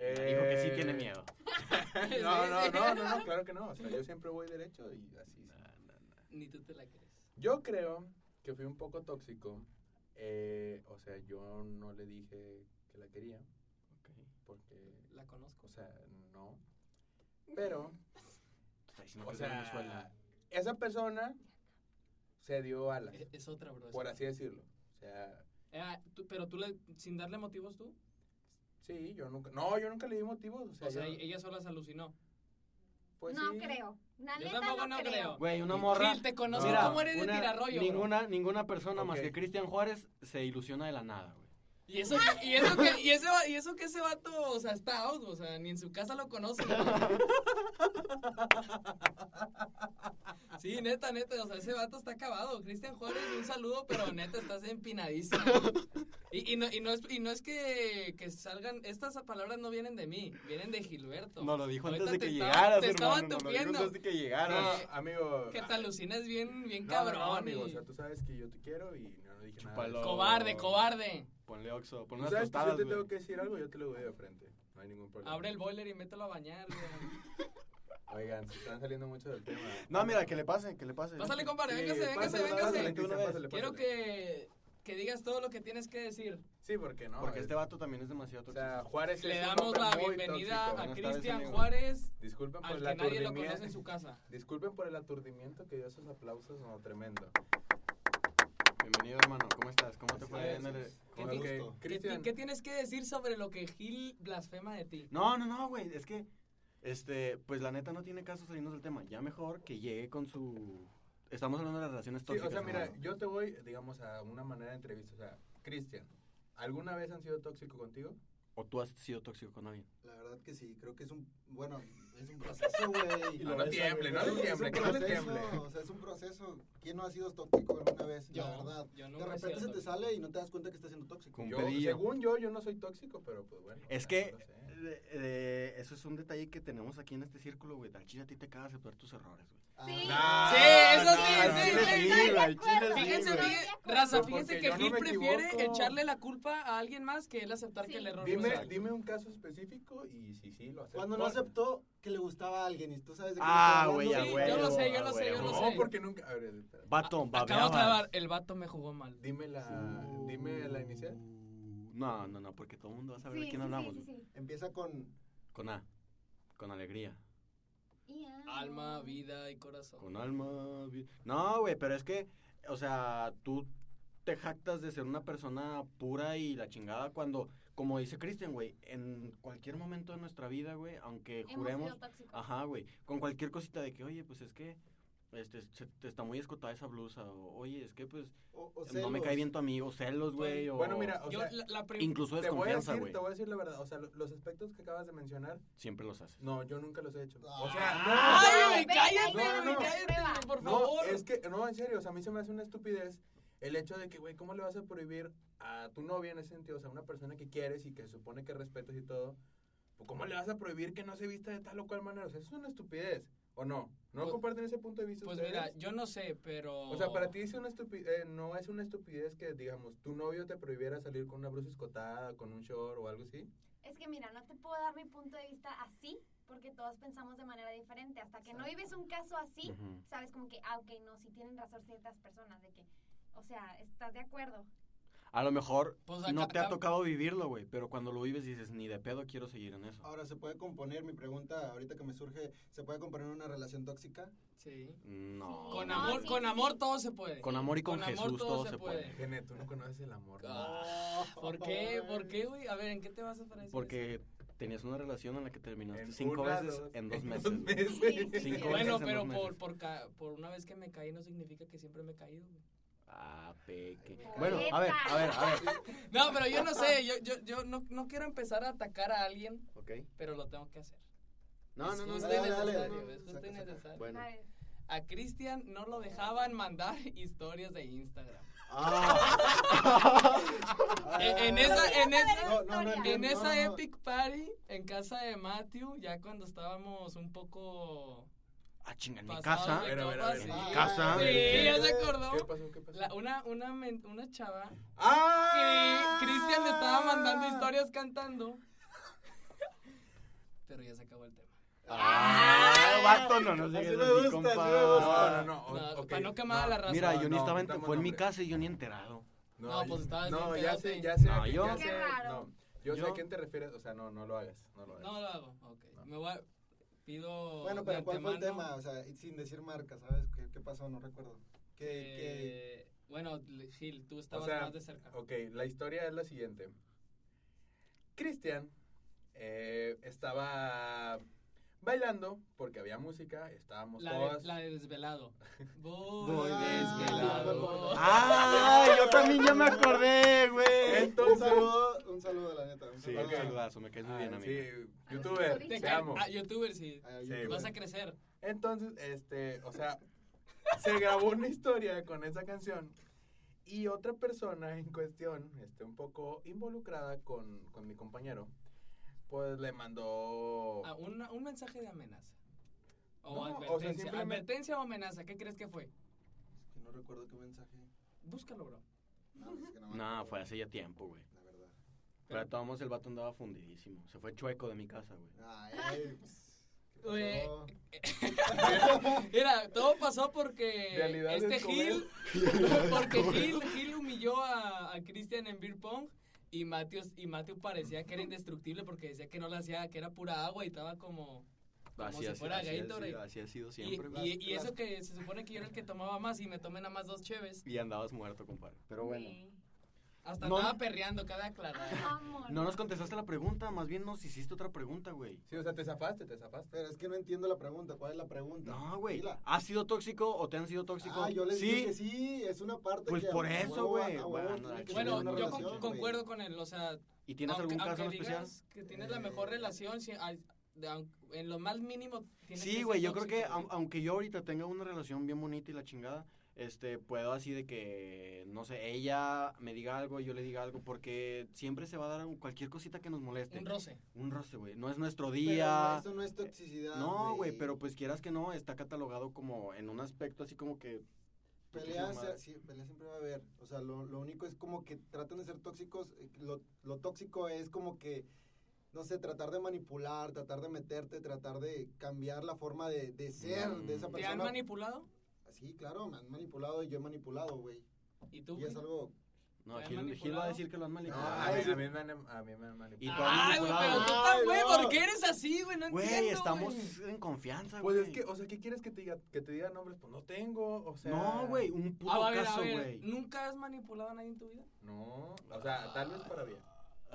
Speaker 1: Eh,
Speaker 3: Ah.
Speaker 2: Dijo que sí tiene miedo.
Speaker 1: [LAUGHS] No, no, no, no, no, claro que no. O sea, yo siempre voy derecho y así.
Speaker 3: [LAUGHS] Ni tú te la crees.
Speaker 1: Yo creo que fui un poco tóxico. eh, o sea, yo no le dije que la quería,
Speaker 2: Ok.
Speaker 1: porque,
Speaker 3: La conozco.
Speaker 1: o sea, no. Pero...
Speaker 2: Tú estás diciendo
Speaker 1: O
Speaker 2: que es de
Speaker 1: sea,
Speaker 2: Venezuela.
Speaker 1: esa persona se dio alas,
Speaker 3: es, es otra, bro. es
Speaker 1: por
Speaker 3: otra.
Speaker 1: así decirlo. O sea,
Speaker 3: Ah, tú- pero tú, le, sin darle motivos tú,
Speaker 1: sí, yo nunca, no, yo nunca le di motivos. O sea,
Speaker 3: o sea,
Speaker 1: yo-
Speaker 3: ella sola se alucinó.
Speaker 1: pues
Speaker 4: no
Speaker 1: sí.
Speaker 4: creo. La
Speaker 3: Yo
Speaker 4: neta
Speaker 3: tampoco
Speaker 4: no
Speaker 3: no
Speaker 4: creo.
Speaker 3: creo.
Speaker 2: Güey, una morra.
Speaker 3: Gil, te conozco
Speaker 1: Mira,
Speaker 3: cómo eres
Speaker 2: una-
Speaker 3: de tirarrollo. bro.
Speaker 2: Ninguna, ninguna persona más
Speaker 1: Ok.
Speaker 2: que Cristian Juárez se ilusiona de la nada, güey.
Speaker 3: Y eso, y eso que, y ese, va- y eso que ese vato, o sea, está out, o sea, ni en su casa lo conoce. güey. Sí, neta, neta, o sea, ese vato está acabado. Cristian Juárez, un saludo, pero neta, estás empinadísimo. Y, y no, y no es, y no es que, que salgan, estas palabras no vienen de mí, vienen de Gilberto.
Speaker 2: No lo dijo antes
Speaker 3: Ahorita
Speaker 2: de
Speaker 3: te
Speaker 2: que
Speaker 3: estaba-
Speaker 2: llegaras,
Speaker 3: te
Speaker 2: hermano.
Speaker 3: estaba
Speaker 2: Nos lo dijo
Speaker 3: tupiendo.
Speaker 2: antes de que
Speaker 1: Ah, no,
Speaker 2: llegaras.
Speaker 1: amigo. ah,
Speaker 3: Que te alucinas bien, bien
Speaker 1: No,
Speaker 3: cabrón.
Speaker 1: no, amigo, o
Speaker 3: y-
Speaker 1: sea, tú sabes que yo te quiero y no, no dije
Speaker 2: Chúpalo.
Speaker 1: nada.
Speaker 3: Cobarde, cobarde.
Speaker 2: Ponle oxo,
Speaker 1: Tú
Speaker 2: ponle unas
Speaker 1: sabes que si yo
Speaker 2: tostadas,
Speaker 1: te
Speaker 2: güey.
Speaker 1: tengo que decir algo, yo te lo digo de frente. No hay ningún problema.
Speaker 3: Abre el boiler y mételo a bañar, güey.
Speaker 1: Oigan, se están saliendo mucho del tema.
Speaker 2: No, mira, que le pase, que le pase.
Speaker 3: Pásale, compadre, véngase, véngase,
Speaker 1: pásale, pásale,
Speaker 3: véngase.
Speaker 1: Cristian,
Speaker 2: Una vez.
Speaker 1: pásale,
Speaker 3: Quiero
Speaker 1: pásale.
Speaker 3: que, que digas todo lo que tienes que decir.
Speaker 1: Sí, ¿por qué no?
Speaker 2: Porque
Speaker 1: Es-
Speaker 2: este vato también es demasiado
Speaker 1: O
Speaker 2: tóxico.
Speaker 1: sea, Juárez
Speaker 3: Le
Speaker 1: es un
Speaker 3: damos
Speaker 1: hombre
Speaker 3: la
Speaker 1: muy
Speaker 3: bienvenida
Speaker 1: tóxico.
Speaker 3: a
Speaker 2: Buenas tardes,
Speaker 3: Cristian
Speaker 2: amigo.
Speaker 3: Juárez,
Speaker 1: Disculpen por
Speaker 3: al
Speaker 1: el
Speaker 3: que nadie lo conoce en
Speaker 1: aturdimiento.
Speaker 3: su casa.
Speaker 1: Disculpen por el aturdimiento que dio esos aplausos, no, tremendo.
Speaker 2: Bienvenido, hermano. ¿Cómo estás? ¿Cómo te
Speaker 1: Así
Speaker 2: fue en
Speaker 1: es.
Speaker 2: el...? ¿Cómo
Speaker 1: Ok,
Speaker 2: te
Speaker 3: Qué
Speaker 2: gustó?
Speaker 3: ¿Qué,
Speaker 1: Cristian,
Speaker 3: qué tienes que decir sobre lo que Gil blasfema de ti?
Speaker 2: No, no, no, güey. Es que, este, pues la neta no tiene caso salirnos del tema. Ya mejor que llegue con su. Estamos hablando de las relaciones
Speaker 1: sí,
Speaker 2: tóxicas.
Speaker 1: o sea, mira,
Speaker 2: hermano.
Speaker 1: yo te voy, digamos, a una manera de entrevista. O sea, Cristian, ¿alguna vez han sido tóxico contigo?
Speaker 2: O tú has sido tóxico con alguien.
Speaker 5: La verdad que sí, creo que es un, bueno, es un proceso,
Speaker 2: [LAUGHS]
Speaker 5: güey.
Speaker 1: No, no tiemble, no
Speaker 5: Es un-
Speaker 1: le tiemble,
Speaker 5: es
Speaker 1: que
Speaker 5: un
Speaker 1: no le
Speaker 5: proceso,
Speaker 1: tiemble.
Speaker 5: O sea, es un proceso. ¿Quién no ha sido tóxico alguna vez?
Speaker 3: Yo,
Speaker 5: la verdad.
Speaker 3: yo
Speaker 5: de
Speaker 3: nunca he
Speaker 5: repente
Speaker 3: sido
Speaker 5: se te
Speaker 3: tóxico.
Speaker 5: sale y no te das cuenta que estás siendo tóxico.
Speaker 2: Con
Speaker 1: Yo,
Speaker 2: pedillo.
Speaker 1: según yo, yo no soy tóxico, pero pues bueno.
Speaker 2: Es
Speaker 1: o sea,
Speaker 2: que
Speaker 1: no sé.
Speaker 2: eh, eh, eso es un detalle que tenemos aquí en este círculo, güey. Al chile a ti te cagas de ver tus errores, güey.
Speaker 5: Ah,
Speaker 4: Sí.
Speaker 1: No,
Speaker 3: Sí, eso sí,
Speaker 2: al
Speaker 3: sí,
Speaker 2: chile
Speaker 3: sí.
Speaker 4: Estoy de
Speaker 2: güey, al
Speaker 4: acuerdo.
Speaker 2: chile sí,
Speaker 3: Fíjense,
Speaker 2: güey.
Speaker 3: fíjense,
Speaker 4: Estoy de
Speaker 3: Raza,
Speaker 1: acuerdo.
Speaker 3: fíjense
Speaker 1: Porque
Speaker 3: que
Speaker 1: yo no
Speaker 3: Gil
Speaker 1: me
Speaker 3: prefiere
Speaker 1: equivoco.
Speaker 3: echarle la culpa a alguien más que él aceptar
Speaker 4: Sí.
Speaker 3: que el error fue
Speaker 1: Dime,
Speaker 3: suyo.
Speaker 1: dime un caso específico y si sí lo acepto.
Speaker 5: Cuando no aceptó que le gustaba a alguien y tú sabes de qué
Speaker 2: Ah,
Speaker 5: le estoy
Speaker 2: güey, a
Speaker 5: hablando.
Speaker 3: Sí,
Speaker 2: huevo.
Speaker 3: yo lo sé, yo
Speaker 2: a
Speaker 3: lo sé, yo
Speaker 2: huevo.
Speaker 3: lo
Speaker 1: No,
Speaker 3: sé.
Speaker 1: porque nunca. A ver, espera.
Speaker 2: Vato,
Speaker 3: Acabo de
Speaker 2: babeabas.
Speaker 3: clavar, el vato me jugó mal.
Speaker 1: Dime la,
Speaker 2: Ah,
Speaker 1: dime la inicial.
Speaker 2: No, no, no, porque todo el mundo va a saber
Speaker 4: Sí,
Speaker 2: de quién
Speaker 4: sí,
Speaker 2: hablamos.
Speaker 4: Sí,
Speaker 2: güey.
Speaker 4: sí, sí.
Speaker 5: Empieza con
Speaker 2: Con A. Con alegría.
Speaker 4: Y amo.
Speaker 3: Alma, vida y corazón.
Speaker 2: Con alma. vi- No, güey, pero es que, o sea, tú te jactas de ser una persona pura y la chingada cuando, como dice Cristian, güey, en cualquier momento de nuestra vida, güey, aunque
Speaker 4: Hemos
Speaker 2: juremos.
Speaker 4: sido tóxicos.
Speaker 3: Ah.
Speaker 2: Ajá, güey, con cualquier cosita de que, oye, pues es que. Este, se- te está muy escotada esa blusa, o oye, es que pues
Speaker 5: o, o
Speaker 2: no me
Speaker 5: celos.
Speaker 2: cae bien tu amigo, celos, güey, o
Speaker 1: Bueno, mira, o
Speaker 3: Yo,
Speaker 1: sea,
Speaker 3: la, la prim-
Speaker 2: incluso
Speaker 1: te voy, a
Speaker 2: desconfianza,
Speaker 1: decir,
Speaker 2: güey.
Speaker 1: te voy a decir la verdad. O sea, lo- los aspectos que acabas de mencionar,
Speaker 2: Siempre los haces.
Speaker 1: no, yo nunca los he hecho. O
Speaker 5: Ah.
Speaker 1: sea,
Speaker 3: ¡Ay, güey,
Speaker 4: Ven,
Speaker 3: cállate,
Speaker 1: ahí está
Speaker 3: güey,
Speaker 1: la
Speaker 3: cállate,
Speaker 4: prueba.
Speaker 3: güey, por
Speaker 1: no, no,
Speaker 3: favor!
Speaker 1: es que, no, en serio, o sea, a mí se me hace una estupidez el hecho de que, güey, ¿cómo le vas a prohibir a tu novia en ese sentido? O sea, una persona que quieres y que se supone que respetas y todo, pues, ¿cómo le vas a prohibir que no se vista de tal o cual manera? O sea, eso es una estupidez, ¿o no? ¿No
Speaker 3: Pues-
Speaker 1: comparten ese punto de vista
Speaker 3: Pues
Speaker 1: ustedes?
Speaker 3: mira, yo no sé, pero...
Speaker 1: O sea, para ti es una estupi- eh, no es una estupidez que, digamos, tu novio te prohibiera salir con una blusa escotada, con un short o algo así.
Speaker 4: Es que mira, no te puedo dar mi punto de vista así porque todos pensamos de manera diferente. Hasta que no vives un caso así,
Speaker 2: Ujú.
Speaker 4: sabes como que, ah, ok, no, si tienen razón ciertas personas de que, o sea, estás de acuerdo.
Speaker 2: A lo mejor
Speaker 3: Pues acá-
Speaker 2: no te ha
Speaker 3: acá-
Speaker 2: tocado vivirlo, güey, pero cuando lo vives dices, ni de pedo quiero seguir en eso.
Speaker 5: Ahora, ¿se puede componer? Mi pregunta ahorita que me surge, ¿se puede componer una relación tóxica?
Speaker 3: Sí.
Speaker 2: No.
Speaker 3: Con
Speaker 4: No,
Speaker 3: amor,
Speaker 4: sí,
Speaker 3: con
Speaker 4: sí,
Speaker 3: amor
Speaker 4: sí.
Speaker 3: todo se puede.
Speaker 2: Con amor y con, Jesús
Speaker 3: amor
Speaker 2: todo, se puede.
Speaker 1: Gene, tú no conoces el amor. ¿no?
Speaker 5: [LAUGHS]
Speaker 3: Ah, ¿Por qué? ¿Por qué, güey? A ver, ¿en qué te vas a parecer?
Speaker 2: Porque tenías una relación en la que terminaste
Speaker 1: En
Speaker 2: cinco
Speaker 1: una,
Speaker 2: veces
Speaker 1: dos-
Speaker 2: en dos
Speaker 1: en
Speaker 2: meses.
Speaker 1: dos
Speaker 2: güey.
Speaker 1: meses.
Speaker 4: Sí, sí,
Speaker 2: Cinco
Speaker 4: sí.
Speaker 2: veces.
Speaker 3: Bueno,
Speaker 2: en
Speaker 3: pero
Speaker 2: dos
Speaker 3: por,
Speaker 2: meses.
Speaker 3: por, ca- por una vez que me caí no significa que siempre me he caído, güey.
Speaker 2: Ah, peque.
Speaker 5: Ay,
Speaker 2: Bueno, a ver, a ver, a ver.
Speaker 3: No, pero yo no sé, yo, yo, yo no, no quiero empezar a atacar a alguien, pero lo tengo que hacer.
Speaker 2: No,
Speaker 3: Es
Speaker 2: no, no.
Speaker 3: justo
Speaker 5: dale,
Speaker 2: no,
Speaker 3: y
Speaker 2: no,
Speaker 5: dale,
Speaker 3: necesario,
Speaker 5: dale.
Speaker 3: es justo y
Speaker 5: Saca, saca.
Speaker 3: necesario.
Speaker 2: Bueno.
Speaker 4: A ver,
Speaker 3: A Cristian no lo dejaban mandar [LAUGHS] historias de Instagram.
Speaker 2: Ah.
Speaker 3: En- en esa, en esa...
Speaker 4: ver,
Speaker 3: En
Speaker 5: no,
Speaker 3: esa
Speaker 5: no, no.
Speaker 3: epic party, en casa de Matthew, ya cuando estábamos un poco...
Speaker 2: Ah, chinga, en mi
Speaker 3: pasados
Speaker 2: casa.
Speaker 3: de
Speaker 1: Era,
Speaker 3: copas,
Speaker 1: era, era.
Speaker 3: sí.
Speaker 2: En mi
Speaker 5: Ah,
Speaker 2: casa.
Speaker 3: Sí,
Speaker 1: ¿Qué?
Speaker 3: ya se acordó.
Speaker 1: ¿Qué pasó? ¿Qué pasó?
Speaker 3: La- una, una, men- una chava
Speaker 1: ¡Ah!
Speaker 3: que Cristian le estaba mandando historias cantando. [LAUGHS] Pero ya se acabó el tema.
Speaker 2: Ah, vato, no, no
Speaker 5: Así
Speaker 2: sigues
Speaker 5: me
Speaker 2: así,
Speaker 5: gusta,
Speaker 2: compa.
Speaker 5: así me gusta.
Speaker 1: No, no, no.
Speaker 3: No,
Speaker 1: o- ok,
Speaker 3: para no quemar a la raza.
Speaker 2: Mira,
Speaker 1: No,
Speaker 2: yo ni
Speaker 1: no,
Speaker 2: estaba en,
Speaker 1: quitamos
Speaker 2: fue en mi
Speaker 1: nombre.
Speaker 2: casa y yo ni
Speaker 3: [LAUGHS]
Speaker 2: enterado.
Speaker 3: No, pues, estabas
Speaker 1: No,
Speaker 3: bien
Speaker 1: ya
Speaker 3: pedote.
Speaker 1: sé, ya sé.
Speaker 2: No,
Speaker 1: a qué-
Speaker 2: yo-
Speaker 1: ya
Speaker 4: Qué
Speaker 1: sé a-
Speaker 4: raro.
Speaker 1: no, yo sé
Speaker 2: Yo-
Speaker 1: a quién te refieres. O sea, no, no lo hagas. No lo hagas.
Speaker 3: No lo hago, ok.
Speaker 1: Pues. No.
Speaker 3: Me voy a- Pido.
Speaker 5: Bueno,
Speaker 3: de
Speaker 5: pero ¿cuál fue el
Speaker 3: antemano,
Speaker 5: tema? O sea, y sin decir marca, ¿sabes? ¿Qué, qué pasó? No recuerdo. ¿Qué,
Speaker 3: eh, Bueno, Gil, tú estabas
Speaker 1: sea,
Speaker 3: más de cerca.
Speaker 1: Ok, la historia es la siguiente. Cristian eh, estaba bailando porque había música, estábamos
Speaker 3: La de,
Speaker 1: todos.
Speaker 3: la de desvelado. Voy,
Speaker 2: Voy
Speaker 3: desvelado.
Speaker 5: desvelado.
Speaker 2: Ah, yo también ya me acordé, güey.
Speaker 5: qué? Un [LAUGHS]
Speaker 1: Entonces,
Speaker 5: saludo, un saludo, la neta. Un
Speaker 2: Sí,
Speaker 5: saludo.
Speaker 1: Ok.
Speaker 2: un saludazo, me caes muy bien,
Speaker 1: Ah,
Speaker 2: amigo.
Speaker 1: Sí, youtuber,
Speaker 4: Te
Speaker 3: Te
Speaker 1: te
Speaker 3: cae-
Speaker 1: amo.
Speaker 3: Ah, youtuber, sí.
Speaker 5: Ah,
Speaker 1: Sí,
Speaker 5: YouTube.
Speaker 3: Vas a crecer.
Speaker 1: Entonces, este, o sea, se grabó una historia con esa canción y otra persona en cuestión, este, un poco involucrada con, con mi compañero, pues le mandó...
Speaker 3: Ah, una- un mensaje de amenaza. O
Speaker 1: No, o sea,
Speaker 3: advertencia.
Speaker 1: simplemente-
Speaker 3: ¿Advertencia o amenaza? ¿Qué crees que fue?
Speaker 5: Es que no recuerdo qué mensaje.
Speaker 3: Búscalo, bro.
Speaker 5: No, pues es que no me
Speaker 2: No,
Speaker 5: acuerdo,
Speaker 2: fue hace ya tiempo, güey.
Speaker 5: La verdad.
Speaker 2: Pero de todos modos, el vato andaba fundidísimo. Se fue chueco de mi casa, güey.
Speaker 5: Ay, pues,
Speaker 3: Güey,
Speaker 5: Oh.
Speaker 3: Mira, todo pasó porque
Speaker 1: Realidades
Speaker 3: este
Speaker 1: como
Speaker 3: Gil, [LAUGHS] porque Gil, Gil humilló a, a Cristian en Beer Pong y Mateo, y Mateo parecía que era indestructible porque decía que no le hacía, que era pura agua y estaba como... Como
Speaker 2: Así,
Speaker 3: si
Speaker 2: ha-
Speaker 3: fuera
Speaker 2: así ha
Speaker 3: Gatorade.
Speaker 2: sido- así ha sido
Speaker 3: Y,
Speaker 2: siempre.
Speaker 3: y-
Speaker 2: güey.
Speaker 3: y eso que se supone que yo era el que tomaba más y me tomé nada más dos cheves.
Speaker 2: Y andabas muerto, compadre. Pero bueno.
Speaker 3: Hasta
Speaker 2: No.
Speaker 3: andaba perreando, cada
Speaker 4: [LAUGHS]
Speaker 3: aclarada.
Speaker 4: Amor.
Speaker 2: No nos contestaste la pregunta, más bien nos hiciste otra pregunta, güey.
Speaker 1: Sí, o sea, te zafaste, te zafaste.
Speaker 5: Pero es que no entiendo la pregunta. ¿Cuál es la pregunta?
Speaker 2: No, güey.
Speaker 5: Dila.
Speaker 2: ¿Has sido tóxico o te han sido tóxico?
Speaker 5: Ah, yo les
Speaker 2: sí.
Speaker 5: dije que sí, es una parte
Speaker 2: Pues
Speaker 5: que a
Speaker 2: por
Speaker 5: huevo,
Speaker 2: eso, güey.
Speaker 5: a huevo
Speaker 2: Bueno,
Speaker 5: tiene
Speaker 2: la
Speaker 5: que
Speaker 2: chingada,
Speaker 5: haber
Speaker 3: Bueno,
Speaker 5: una
Speaker 3: yo con-
Speaker 5: relación, güey.
Speaker 3: concuerdo con él, o sea,
Speaker 2: ¿Y tienes
Speaker 3: aunque-
Speaker 2: algún caso en
Speaker 3: aunque
Speaker 2: especial?
Speaker 3: digas que tienes la mejor
Speaker 5: Eh.
Speaker 3: relación, si- ay, de- aun- en lo más mínimo tienes que
Speaker 2: Sí,
Speaker 3: ser
Speaker 2: güey, yo creo
Speaker 3: tóxico,
Speaker 2: que
Speaker 3: güey.
Speaker 2: au- aunque yo ahorita tenga una relación bien bonita y la chingada, este, puedo así de que, no sé, ella me diga algo, yo le diga algo, porque siempre se va a dar un- cualquier cosita que nos moleste.
Speaker 3: Un roce.
Speaker 2: Un roce, güey. No es nuestro
Speaker 5: Pero
Speaker 2: día.
Speaker 5: Eso no es toxicidad.
Speaker 2: No, güey, pero pues quieras que no, está catalogado como en un aspecto así como que...
Speaker 5: Peleas, eh,
Speaker 2: Muchísima-
Speaker 5: sí, peleas siempre va a haber. O sea, lo, lo único es como que tratan de ser tóxicos. eh, Lo, lo tóxico es como que, no sé, tratar de manipular, tratar de meterte, tratar de cambiar la forma de, de ser de esa
Speaker 2: ¿Te
Speaker 3: ¿Te han
Speaker 5: persona.
Speaker 3: manipulado?
Speaker 5: sí, claro, me han manipulado y yo he manipulado, güey.
Speaker 3: ¿Y tú?
Speaker 5: Y es
Speaker 3: güey? [LAUGHS]
Speaker 5: algo...
Speaker 2: No,
Speaker 3: ¿Te han
Speaker 2: Gil, Gil va a
Speaker 3: manipulado?
Speaker 2: decir que lo han
Speaker 1: No,
Speaker 2: manipulado.
Speaker 1: a
Speaker 5: Ay,
Speaker 1: mí,
Speaker 5: sí.
Speaker 1: a mí me han, a mí me han
Speaker 2: Y
Speaker 1: manipulado.
Speaker 4: Ah,
Speaker 2: tú has
Speaker 3: Ay, güey, pero
Speaker 2: manipulado.
Speaker 3: tú tan, güey,
Speaker 5: Ay, no.
Speaker 3: ¿por qué eres así, güey? No entiendo,
Speaker 2: Güey, estamos
Speaker 3: güey.
Speaker 2: en confianza, güey.
Speaker 1: Pues es que, o sea, ¿qué quieres que te diga? Que te diga nombres, pues no tengo, o sea.
Speaker 2: No, güey, un puto
Speaker 3: Ah, a ver,
Speaker 2: caso,
Speaker 3: a ver,
Speaker 2: güey.
Speaker 3: ¿nunca has manipulado a nadie en tu vida?
Speaker 1: No, o sea, tal vez para bien.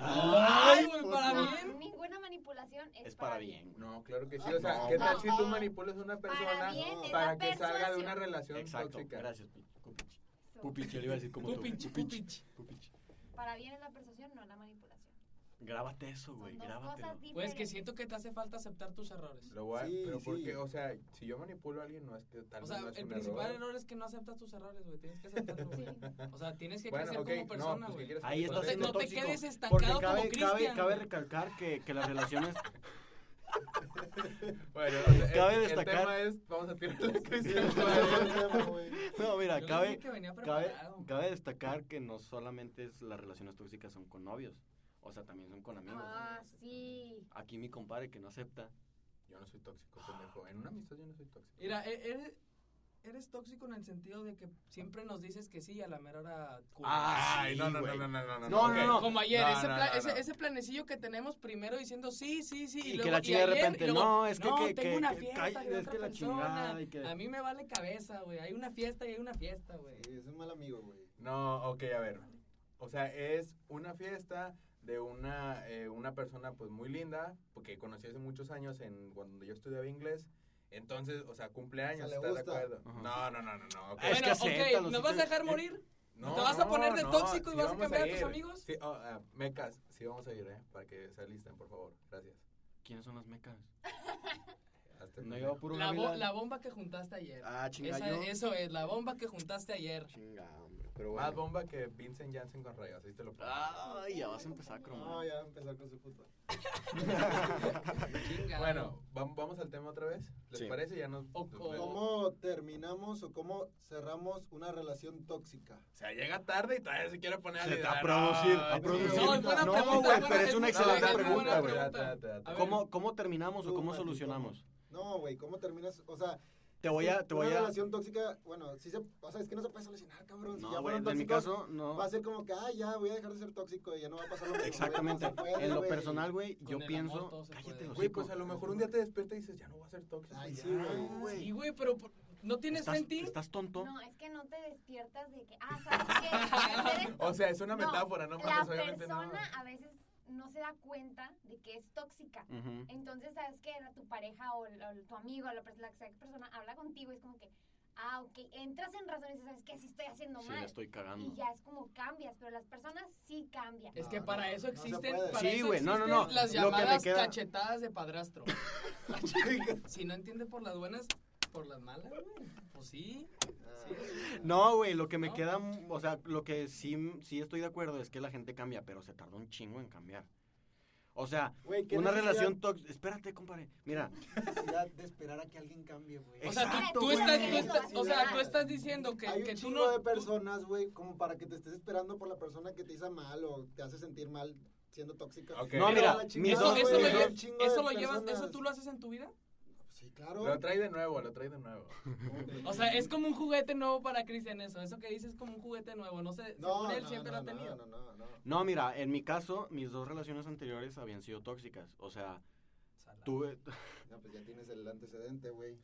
Speaker 3: Ay, güey,
Speaker 5: por
Speaker 3: para
Speaker 5: favor.
Speaker 3: bien.
Speaker 4: Ninguna manipulación es,
Speaker 2: Ah, Es para bien, güey.
Speaker 1: No, claro que sí, o sea,
Speaker 5: No,
Speaker 1: ¿qué tal
Speaker 4: no.
Speaker 1: si tú manipulas a una
Speaker 4: Para
Speaker 1: persona
Speaker 4: bien es
Speaker 1: para
Speaker 4: la
Speaker 1: que salga de una
Speaker 4: persuasión.
Speaker 1: relación
Speaker 2: Exacto,
Speaker 1: tóxica?
Speaker 2: gracias, Pi- Pupich.
Speaker 4: Eso.
Speaker 2: Pupich, yo le iba a decir como tú.
Speaker 3: Pupich, pupich.
Speaker 2: Pupich.
Speaker 4: Para bien es la persuasión, no la manipulación.
Speaker 2: Grábate eso,
Speaker 4: Son
Speaker 2: güey,
Speaker 4: dos
Speaker 2: grábatelo.
Speaker 4: cosas diferentes.
Speaker 3: Pues que siento que te hace falta aceptar tus errores.
Speaker 1: Lo voy a-
Speaker 5: Sí,
Speaker 1: pero porque,
Speaker 5: sí.
Speaker 1: o sea, si yo manipulo a alguien no es que tal
Speaker 3: O
Speaker 1: vez
Speaker 3: sea,
Speaker 1: no es
Speaker 3: el
Speaker 1: un
Speaker 3: principal
Speaker 1: error.
Speaker 3: error es que no aceptas tus errores, güey. Tienes que aceptarlo,
Speaker 5: [LAUGHS]
Speaker 4: Sí.
Speaker 3: güey. O sea, tienes que
Speaker 1: Bueno,
Speaker 3: crecer
Speaker 1: ok,
Speaker 3: como
Speaker 1: no,
Speaker 3: persona,
Speaker 1: pues, ¿qué
Speaker 3: güey.
Speaker 1: quieres que
Speaker 2: Ahí
Speaker 1: te
Speaker 2: estás
Speaker 1: conteste?
Speaker 3: Entonces
Speaker 2: siendo
Speaker 3: no te
Speaker 2: tóxico,
Speaker 3: quedes
Speaker 2: Porque
Speaker 3: estancado como
Speaker 2: cabe, cabe,
Speaker 3: Cristian.
Speaker 2: cabe
Speaker 3: güey.
Speaker 2: recalcar que, que las relaciones...
Speaker 1: Bueno, o sea,
Speaker 2: Cabe
Speaker 1: el, el
Speaker 2: destacar-
Speaker 1: tema es, vamos a tirarle a Cristian.
Speaker 2: No, mira,
Speaker 3: Yo les dije
Speaker 2: cabe,
Speaker 3: que venía
Speaker 2: cabe,
Speaker 3: preparado.
Speaker 2: cabe destacar que no solamente es- las relaciones tóxicas son con novios, o sea, también son con amigos.
Speaker 4: Ah, sí.
Speaker 2: Aquí mi compadre que no acepta.
Speaker 1: Yo no soy tóxico, pendejo. En una amistad yo no soy tóxico.
Speaker 3: Mira, e- eres, eres tóxico en el sentido de que siempre nos dices que sí y a la mera hora...
Speaker 2: Ah,
Speaker 1: Ay,
Speaker 2: sí,
Speaker 1: no, no,
Speaker 2: güey.
Speaker 1: no, no, no, no,
Speaker 2: No,
Speaker 1: ok.
Speaker 2: no, no.
Speaker 3: Como ayer,
Speaker 1: No,
Speaker 3: ese,
Speaker 1: no,
Speaker 3: pla-
Speaker 1: no,
Speaker 3: ese-
Speaker 1: no.
Speaker 3: ese planecillo que tenemos primero diciendo sí, sí, sí.
Speaker 2: Y,
Speaker 3: Y,
Speaker 2: que la chica
Speaker 3: chica
Speaker 2: de repente, no, es que,
Speaker 3: no,
Speaker 2: que,
Speaker 3: tengo
Speaker 2: que-
Speaker 3: una
Speaker 2: que-
Speaker 3: fiesta
Speaker 2: ay,
Speaker 3: de
Speaker 2: es
Speaker 3: otra
Speaker 2: que la
Speaker 3: persona.
Speaker 2: chingada y que...
Speaker 3: A mí me vale cabeza, güey. Hay una fiesta y hay una fiesta, güey.
Speaker 5: Sí, es un mal amigo, güey.
Speaker 1: No, ok, a ver. O sea, es una fiesta de una, eh, una persona pues muy linda, porque conocí hace muchos años en cuando yo estudiaba inglés. Entonces, o sea,
Speaker 5: O
Speaker 1: cumpleaños,
Speaker 5: sea, le
Speaker 1: ¿estás de
Speaker 5: gusta.
Speaker 1: acuerdo?
Speaker 2: Ajá.
Speaker 1: No, no, no, no, no. ok.
Speaker 2: Es que
Speaker 3: bueno,
Speaker 2: acéptalo,
Speaker 3: ok,
Speaker 2: sí
Speaker 3: ¿nos vas
Speaker 2: te-
Speaker 3: a dejar
Speaker 2: eh,
Speaker 3: morir?
Speaker 1: No,
Speaker 3: ¿Te vas a poner de tóxico y vas a
Speaker 1: vamos
Speaker 3: cambiar a tus
Speaker 1: ir.
Speaker 3: amigos?
Speaker 1: Sí, oh, ah, mecas, sí vamos a ir, ¿eh? Para que se alisten, por favor. Gracias.
Speaker 2: ¿Quiénes son las mecas?
Speaker 1: Hasta el primero.
Speaker 2: No lleva puro
Speaker 3: La, bo-
Speaker 2: Gavilán.
Speaker 3: la bomba que juntaste ayer.
Speaker 2: Ah, chinga
Speaker 3: Esa-
Speaker 2: yo.
Speaker 3: eso es, la bomba que juntaste ayer.
Speaker 2: Chinga, hombre, pero bueno.
Speaker 1: Más bomba que Vincent Janssen con rayas, ahí te lo pongo.
Speaker 3: Ah,
Speaker 2: Ay, ya vas a empezar a
Speaker 5: No,
Speaker 2: cromar.
Speaker 5: ya va a empezar con su fútbol.
Speaker 3: Chinga.
Speaker 1: Bueno, vam- vamos al tema otra vez. ¿Les
Speaker 2: Ah. Sí.
Speaker 1: parece? Ya nos...
Speaker 3: O- o-
Speaker 5: ¿Cómo terminamos o cómo cerramos una relación tóxica?
Speaker 1: O sea, llega tarde y todavía se quiere poner
Speaker 2: Se te
Speaker 1: liderar.
Speaker 2: a producir,
Speaker 1: No,
Speaker 2: a
Speaker 1: sí,
Speaker 2: producir.
Speaker 1: güey.
Speaker 3: No, es buena
Speaker 2: No,
Speaker 3: pregunta,
Speaker 2: güey,
Speaker 3: buena-
Speaker 2: pero es una
Speaker 3: buena-
Speaker 2: excelente
Speaker 3: buena
Speaker 2: pregunta, güey.
Speaker 1: Espérate, espérate, espérate.
Speaker 3: A ver.
Speaker 2: ¿Cómo, ¿Cómo terminamos o
Speaker 5: Tú,
Speaker 2: cómo
Speaker 5: Martín,
Speaker 2: solucionamos?
Speaker 5: No, güey, ¿cómo terminas? O sea,
Speaker 2: Te voy a, te voy
Speaker 5: una
Speaker 2: a.
Speaker 5: relación tóxica, bueno, sí se, o sea, es que no se puede solucionar, cabrón. si ya
Speaker 2: No, güey,
Speaker 5: fueron
Speaker 2: en mi
Speaker 5: tóxicos,
Speaker 2: caso, no.
Speaker 5: va a ser como que, ah, ya, voy a dejar de ser tóxico y ya no va a pasar lo mismo.
Speaker 2: Exactamente.
Speaker 5: güey, no se puede,
Speaker 2: En lo
Speaker 5: Pues, güey.
Speaker 2: personal, güey, yo
Speaker 3: Con el amor todo
Speaker 2: pienso.
Speaker 3: se
Speaker 2: Cállate
Speaker 3: puede.
Speaker 2: los
Speaker 1: Güey, pues a lo mejor un día te despiertas y dices, ya no voy a ser tóxico.
Speaker 5: Ay,
Speaker 1: ya,
Speaker 5: sí, güey.
Speaker 3: Sí, güey, pero por- ¿no tienes
Speaker 2: ¿Estás,
Speaker 3: fe en ti?
Speaker 2: ¿Estás tonto?
Speaker 4: No, es que no te despiertas de que, ah, ¿sabes qué? Voy a hacer
Speaker 1: [LAUGHS]
Speaker 4: esto.
Speaker 1: O sea, es una
Speaker 4: No,
Speaker 1: metáfora, no,
Speaker 4: la
Speaker 1: mames, obviamente no.
Speaker 4: persona a veces no se da cuenta de que es tóxica.
Speaker 2: Ujú.
Speaker 4: Entonces, ¿sabes qué? La- Tu pareja o, el- o el- tu amigo o la, pers- la que sea que persona habla contigo y es como que, ah, ok, entras en razón y dices, ¿sabes qué? Sí estoy haciendo
Speaker 2: Sí,
Speaker 4: mal.
Speaker 2: la estoy
Speaker 4: Y
Speaker 2: cagando.
Speaker 4: ya es como cambias, pero las personas sí cambian.
Speaker 3: Es que
Speaker 5: No,
Speaker 3: para
Speaker 5: no,
Speaker 3: eso
Speaker 5: no se
Speaker 3: existen,
Speaker 5: puede.
Speaker 3: para
Speaker 2: Sí,
Speaker 3: eso
Speaker 2: güey, no, no,
Speaker 3: existen
Speaker 2: no,
Speaker 3: las
Speaker 2: lo que me
Speaker 3: llamadas
Speaker 2: queda-
Speaker 3: cachetadas de
Speaker 2: [LAUGHS]
Speaker 3: padrastro. [LAUGHS] si no entiende por las buenas, por las malas, güey. Pues sí.
Speaker 5: Ah,
Speaker 2: No, güey, lo que me
Speaker 3: ¿No?
Speaker 2: queda. mm, O sea, lo que sí, sí estoy de acuerdo es que la gente cambia, pero se tarda un chingo en cambiar. O sea,
Speaker 5: Güey, ¿qué
Speaker 2: una
Speaker 5: necesidad-
Speaker 2: relación tóxica. Espérate, compadre. Mira,
Speaker 5: necesidad de esperar a que alguien cambie, güey.
Speaker 3: O sea, tú-
Speaker 4: Exacto,
Speaker 3: tú,
Speaker 4: güey.
Speaker 3: estás, tú estás- o sea,
Speaker 5: Necesidad.
Speaker 3: tú estás diciendo que,
Speaker 5: Hay un
Speaker 3: que tú
Speaker 5: chingo
Speaker 3: no...
Speaker 5: de personas, güey, como para que te estés esperando por la persona que te hizo mal o te hace sentir mal siendo tóxica.
Speaker 1: Ok.
Speaker 2: No,
Speaker 5: Pero
Speaker 2: mira,
Speaker 5: la
Speaker 2: mis
Speaker 5: chingada,
Speaker 3: Eso,
Speaker 2: dos-
Speaker 5: güey,
Speaker 3: eso, lo
Speaker 5: hay un
Speaker 2: llevo-
Speaker 3: llevas,
Speaker 5: chingo de
Speaker 3: eso lo llevas,
Speaker 5: personas.
Speaker 3: eso tú lo haces en tu vida.
Speaker 5: Sí, claro.
Speaker 1: Lo trae de nuevo, lo trae de nuevo.
Speaker 3: O sea, es como un juguete nuevo para Cristian eso. Eso que dices es como un juguete nuevo. No sé, según él siempre lo ha tenido.
Speaker 5: No, no, no.
Speaker 2: No, mira, en mi caso, mis dos relaciones anteriores habían sido tóxicas. O sea,
Speaker 3: Sala.
Speaker 2: tuve.
Speaker 5: No, pues ya tienes el antecedente, güey.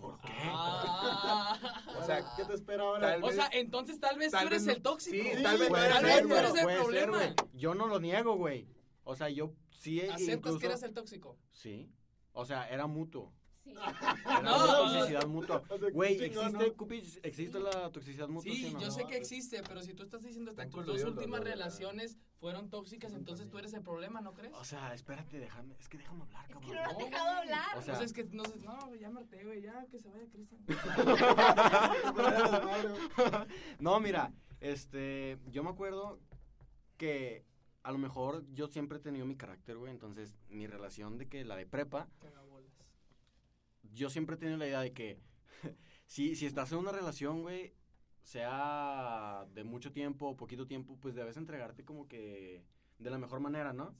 Speaker 2: ¿Por qué?
Speaker 3: Ah.
Speaker 1: O sea,
Speaker 5: ¿qué te espera ahora?
Speaker 1: tal
Speaker 3: o
Speaker 1: vez-
Speaker 3: sea, entonces tal vez
Speaker 1: tal
Speaker 3: tú eres
Speaker 1: vez no-
Speaker 3: el tóxico.
Speaker 1: Sí, tal vez
Speaker 5: Puede
Speaker 1: no era
Speaker 5: ser,
Speaker 1: él,
Speaker 5: güey.
Speaker 1: pero-
Speaker 3: Ese es el
Speaker 2: Puede ser,
Speaker 3: problema.
Speaker 2: güey. Yo no lo niego, güey. O sea, yo sí. e
Speaker 3: Aceptas
Speaker 2: incluso...
Speaker 3: que eres el tóxico.
Speaker 2: Sí. O sea, era mutuo.
Speaker 4: Sí.
Speaker 2: Era una
Speaker 3: No, no, no.
Speaker 2: toxicidad mutua.
Speaker 5: O sea,
Speaker 2: Güey,
Speaker 5: chingón,
Speaker 2: ¿existe,
Speaker 5: ¿no?
Speaker 2: Cupich, existe
Speaker 4: Sí.
Speaker 2: la toxicidad mutua?
Speaker 3: Sí,
Speaker 2: o
Speaker 3: yo
Speaker 2: no?
Speaker 3: sé que existe, pero si tú estás diciendo hasta
Speaker 1: Están
Speaker 3: que tus dos
Speaker 1: coludidos los
Speaker 3: últimas
Speaker 1: dos, ¿verdad?
Speaker 3: relaciones fueron tóxicas, entonces tú eres el problema, ¿no crees?
Speaker 2: O sea, espérate, déjame. Es que déjame hablar, cabrón.
Speaker 4: [LAUGHS] Es que no lo has
Speaker 3: No,
Speaker 4: dejado
Speaker 3: güey.
Speaker 4: hablar.
Speaker 2: O sea-
Speaker 3: Entonces que no sé, no, güey, ya me harté, güey, ya que se vaya
Speaker 2: [LAUGHS]
Speaker 3: Cristian.
Speaker 2: No, mira, este, yo me acuerdo que a lo mejor yo siempre he tenido mi carácter, güey, entonces mi relación de que la de prepa,
Speaker 3: Cagabolas.
Speaker 2: yo siempre he tenido la idea de que [LAUGHS] si, si estás en una relación, güey, sea de mucho tiempo o poquito tiempo, pues debes entregarte como que de la mejor manera, ¿no?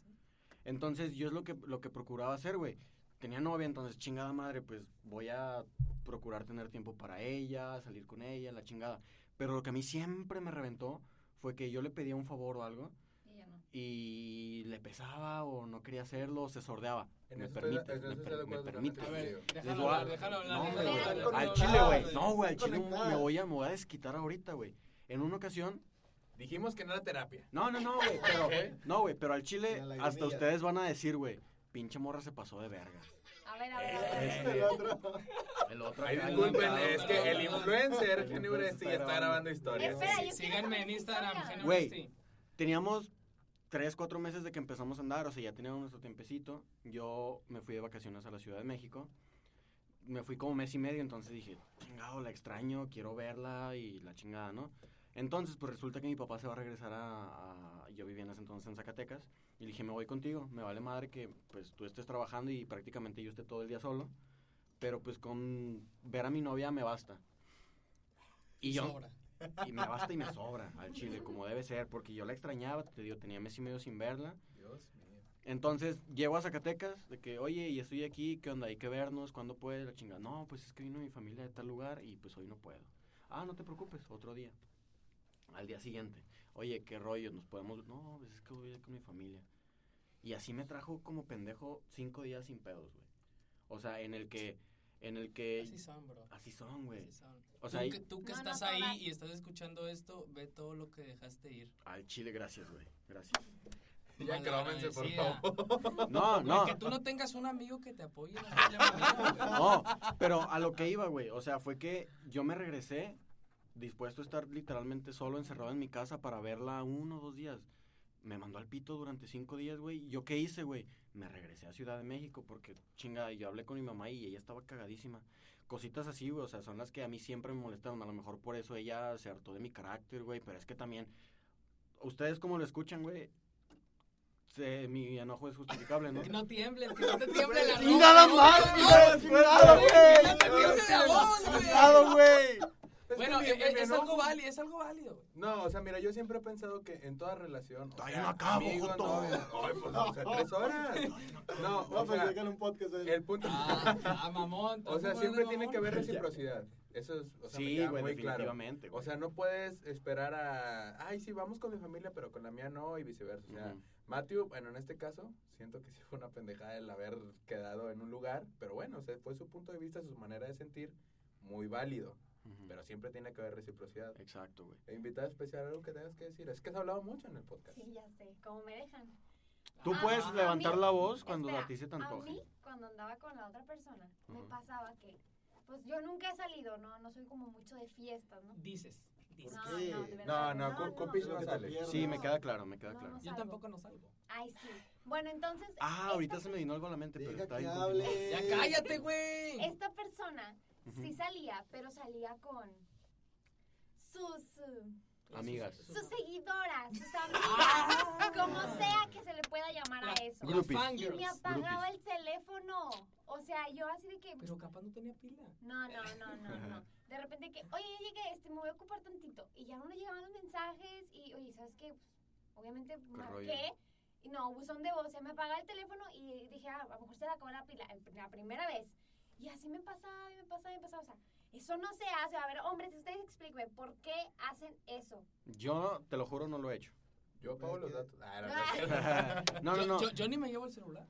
Speaker 2: Entonces yo es lo que, lo que procuraba hacer, güey. Tenía novia, entonces chingada madre, pues voy a procurar tener tiempo para ella, salir con ella, la chingada. Pero lo que a mí siempre me reventó fue que yo le pedía un favor o algo
Speaker 4: Y ya no.
Speaker 2: y le pesaba o no quería hacerlo, o se sordeaba.
Speaker 1: En
Speaker 2: Me
Speaker 1: eso estoy de- en
Speaker 2: permites, me
Speaker 1: eso estoy de
Speaker 2: per- me
Speaker 1: acuerdo con
Speaker 2: permites.
Speaker 1: Andrés.
Speaker 3: A ver,
Speaker 2: Les
Speaker 3: déjalo
Speaker 2: voy a-
Speaker 3: hablar, déjalo hablar.
Speaker 2: ah, No,
Speaker 3: déjalo
Speaker 2: güey,
Speaker 3: hablar,
Speaker 5: al-
Speaker 3: déjalo
Speaker 2: Al
Speaker 3: hablar.
Speaker 2: chile, güey.
Speaker 5: güey.
Speaker 2: No, güey, al chile me
Speaker 5: Conectadas.
Speaker 2: voy a, me voy a desquitar ahorita, güey. En una ocasión.
Speaker 1: Dijimos que no era terapia.
Speaker 2: No, no, no, güey. Pero, [LAUGHS]
Speaker 1: ¿Eh?
Speaker 2: no, güey, pero al chile
Speaker 5: La lagrimilla.
Speaker 2: hasta ustedes van a decir, güey, pinche morra se pasó de verga.
Speaker 4: A ver, a ver, a ver.
Speaker 2: Este,
Speaker 5: El otro.
Speaker 2: el otro
Speaker 1: Eh, Ay,
Speaker 2: acá
Speaker 1: disculpen,
Speaker 2: levantado,
Speaker 1: es que el
Speaker 2: pero-
Speaker 1: influencer
Speaker 5: El
Speaker 1: Jenny Uresti ya está
Speaker 5: influencer.
Speaker 1: grabando historias.
Speaker 4: Espera, yo quiero saber
Speaker 3: Síganme en
Speaker 4: esa
Speaker 3: Instagram,
Speaker 4: historia.
Speaker 3: Genio
Speaker 2: Güey.
Speaker 3: Ortiz.
Speaker 2: Teníamos tres, cuatro meses de que empezamos a andar, o sea, ya teníamos nuestro tiempecito. Yo me fui de vacaciones a la Ciudad de México. Me fui como mes y medio, entonces dije, chingado, la extraño, quiero verla y la chingada, ¿no? Entonces, pues resulta que mi papá se va a regresar a, a- Yo vivía en ese entonces en Zacatecas. Y le dije, me voy contigo. Me vale madre que pues tú estés trabajando y prácticamente yo esté todo el día solo. Pero pues con ver a mi novia me basta. Y yo,
Speaker 3: Sobra.
Speaker 2: y me basta y me sobra al chile, como debe ser, porque yo la extrañaba, te digo, tenía mes y medio sin verla.
Speaker 1: Dios mío.
Speaker 2: Entonces, llego a Zacatecas, de que, oye, y estoy aquí, ¿qué onda? Hay que vernos, ¿cuándo puedes? La chinga, no, pues es que vino mi familia de tal lugar y pues hoy no puedo. Ah, no te preocupes, otro día. Al día siguiente, oye, qué rollo, nos podemos... No, pues es que voy a ir con mi familia. Y así me trajo como pendejo cinco días sin pedos, güey. O sea, en el que, en el que...
Speaker 3: Así son, bro.
Speaker 2: Así son, eh, ah, güey.
Speaker 3: Así son.
Speaker 2: O sea,
Speaker 3: tú,
Speaker 2: y-
Speaker 3: que, tú que
Speaker 4: No, no
Speaker 3: estás
Speaker 4: todas.
Speaker 3: ahí y estás escuchando esto, ve todo lo que dejaste ir.
Speaker 2: Al chile, gracias, güey.
Speaker 3: [LAUGHS]
Speaker 2: Gracias.
Speaker 1: Ya clámense, por
Speaker 3: Malagradecida.
Speaker 1: favor.
Speaker 2: No, no.
Speaker 3: Que tú no tengas un amigo que
Speaker 2: [LAUGHS]
Speaker 3: te apoye. en la vida, güey.
Speaker 2: No, pero a lo que iba, güey. O sea, fue que yo me regresé dispuesto a estar literalmente solo encerrado en mi casa para verla uno o dos días. Me mandó al pito durante cinco días, güey. ¿Yo qué hice, güey? Me regresé a Ciudad de México porque, chingada, yo hablé con mi mamá y ella estaba cagadísima. Cositas así, güey, o sea, son las que a mí siempre me molestaron. A lo mejor por eso ella se hartó de mi carácter, güey. Pero es que también, ustedes como lo escuchan, güey, se- mi enojo es justificable,
Speaker 1: [LAUGHS]
Speaker 2: ¿no?
Speaker 3: Que no tiembles, que no te tiemble la ropa.
Speaker 2: ¡Chingada
Speaker 3: no,
Speaker 2: madre,
Speaker 3: no,
Speaker 2: güey!
Speaker 3: no,
Speaker 2: ¡Chingada,
Speaker 3: no,
Speaker 2: güey!
Speaker 3: que no te tiemble la voz, güey.
Speaker 2: ¡Cuidado, güey!
Speaker 3: Bueno,
Speaker 1: Es
Speaker 3: es,
Speaker 1: que mi- mi
Speaker 3: es
Speaker 1: enojo-
Speaker 3: algo válido, es algo válido. güey.
Speaker 1: No, o sea, mira, yo siempre he pensado que en toda relación. o
Speaker 2: Todavía
Speaker 1: sea,
Speaker 2: no acabo,
Speaker 1: amigo,
Speaker 2: Joto.
Speaker 1: novia, ay, pues, o sea, tres horas. No,
Speaker 5: No,
Speaker 1: o
Speaker 5: pues
Speaker 1: sea,
Speaker 5: llegan un podcast. güey.
Speaker 1: el punto.
Speaker 3: Ah, ah, mamón.
Speaker 1: [LAUGHS] O sea,
Speaker 3: tampoco
Speaker 1: siempre
Speaker 3: eres
Speaker 1: tiene
Speaker 3: mamón.
Speaker 1: que haber reciprocidad. Eso es, o sea, me
Speaker 2: Sí,
Speaker 1: queda
Speaker 2: güey,
Speaker 1: muy claro.
Speaker 2: definitivamente.
Speaker 1: O
Speaker 2: güey.
Speaker 1: sea, no puedes esperar a, ay, sí, vamos con mi familia, pero con la mía no, y viceversa. O sea,
Speaker 2: Ujú.
Speaker 1: Matthew, bueno, en este caso, siento que sí fue una pendejada el haber quedado en un lugar, pero bueno, o sea, fue su punto de vista, su manera de sentir, muy válido,
Speaker 2: Ujú.
Speaker 1: pero siempre tiene que haber reciprocidad.
Speaker 2: Exacto, güey.
Speaker 1: E invitado especial, algo que tengas que decir. Es que has hablado mucho en el podcast.
Speaker 4: Sí, ya sé. Como me dejan.
Speaker 2: Tú
Speaker 4: Ah,
Speaker 2: puedes
Speaker 4: a
Speaker 2: levantar
Speaker 4: mí-
Speaker 2: la voz cuando
Speaker 4: Espera,
Speaker 2: a ti se te
Speaker 4: A
Speaker 2: antoje.
Speaker 4: mí, cuando andaba con la otra persona, me
Speaker 2: Ujú.
Speaker 4: pasaba que, pues yo nunca he salido, ¿no? No soy como mucho de fiestas, ¿no?
Speaker 3: Dices, dices.
Speaker 4: No,
Speaker 5: qué?
Speaker 4: no, de
Speaker 1: No,
Speaker 4: verdad.
Speaker 1: no, cu- cupis
Speaker 5: Lo
Speaker 1: no
Speaker 5: Ah, que te
Speaker 1: sale.
Speaker 5: pierdas.
Speaker 2: Sí, me
Speaker 4: No.
Speaker 2: queda claro, me queda
Speaker 4: No,
Speaker 2: claro.
Speaker 4: no.
Speaker 3: Yo
Speaker 4: Salgo.
Speaker 3: tampoco no salgo.
Speaker 4: Ay, sí. Bueno, entonces.
Speaker 2: Ah, ahorita
Speaker 4: esta
Speaker 2: se me vino algo a la mente, pero
Speaker 5: Deja
Speaker 2: está
Speaker 5: que
Speaker 2: bien. continúa.
Speaker 5: hable.
Speaker 3: Ya cállate, güey.
Speaker 4: Esta persona sí
Speaker 2: Ujú.
Speaker 4: salía, pero salía con sus, eh,
Speaker 2: Amigas.
Speaker 4: sus seguidoras,
Speaker 3: [LAUGHS]
Speaker 4: sus amigas, como sea que se le pueda llamar a
Speaker 3: Ah. La-
Speaker 4: eso.
Speaker 2: Grupo. Groupies.
Speaker 3: Las
Speaker 4: Y me
Speaker 3: fangirls.
Speaker 4: apagaba el teléfono. O sea, yo así de que.
Speaker 3: Pero capaz no tenía pila.
Speaker 4: No, no, no, no,
Speaker 1: [LAUGHS]
Speaker 4: no. De repente que, oye, ya llegué, este, me voy a ocupar tantito. Y ya no le llegaban los mensajes y, oye, ¿sabes qué? Pues, obviamente
Speaker 2: rollo.
Speaker 4: marqué. Y no, buzón de voz, se me apagaba el teléfono y dije, ah, a lo mejor se le acabó la pila el- la primera vez. Y así me pasaba, y me pasaba, y me pasaba. O sea, eso no se hace. A ver, hombres, ustedes explíquenme, ¿por qué hacen
Speaker 1: [LAUGHS]
Speaker 4: eso?
Speaker 2: Yo, te lo juro, no lo he hecho.
Speaker 1: Yo apago
Speaker 2: Pues
Speaker 1: los datos. Ah, no,
Speaker 4: Ah.
Speaker 1: no, no.
Speaker 2: [LAUGHS] No, no,
Speaker 3: yo,
Speaker 2: no.
Speaker 3: Yo, yo ni me llevo el celular.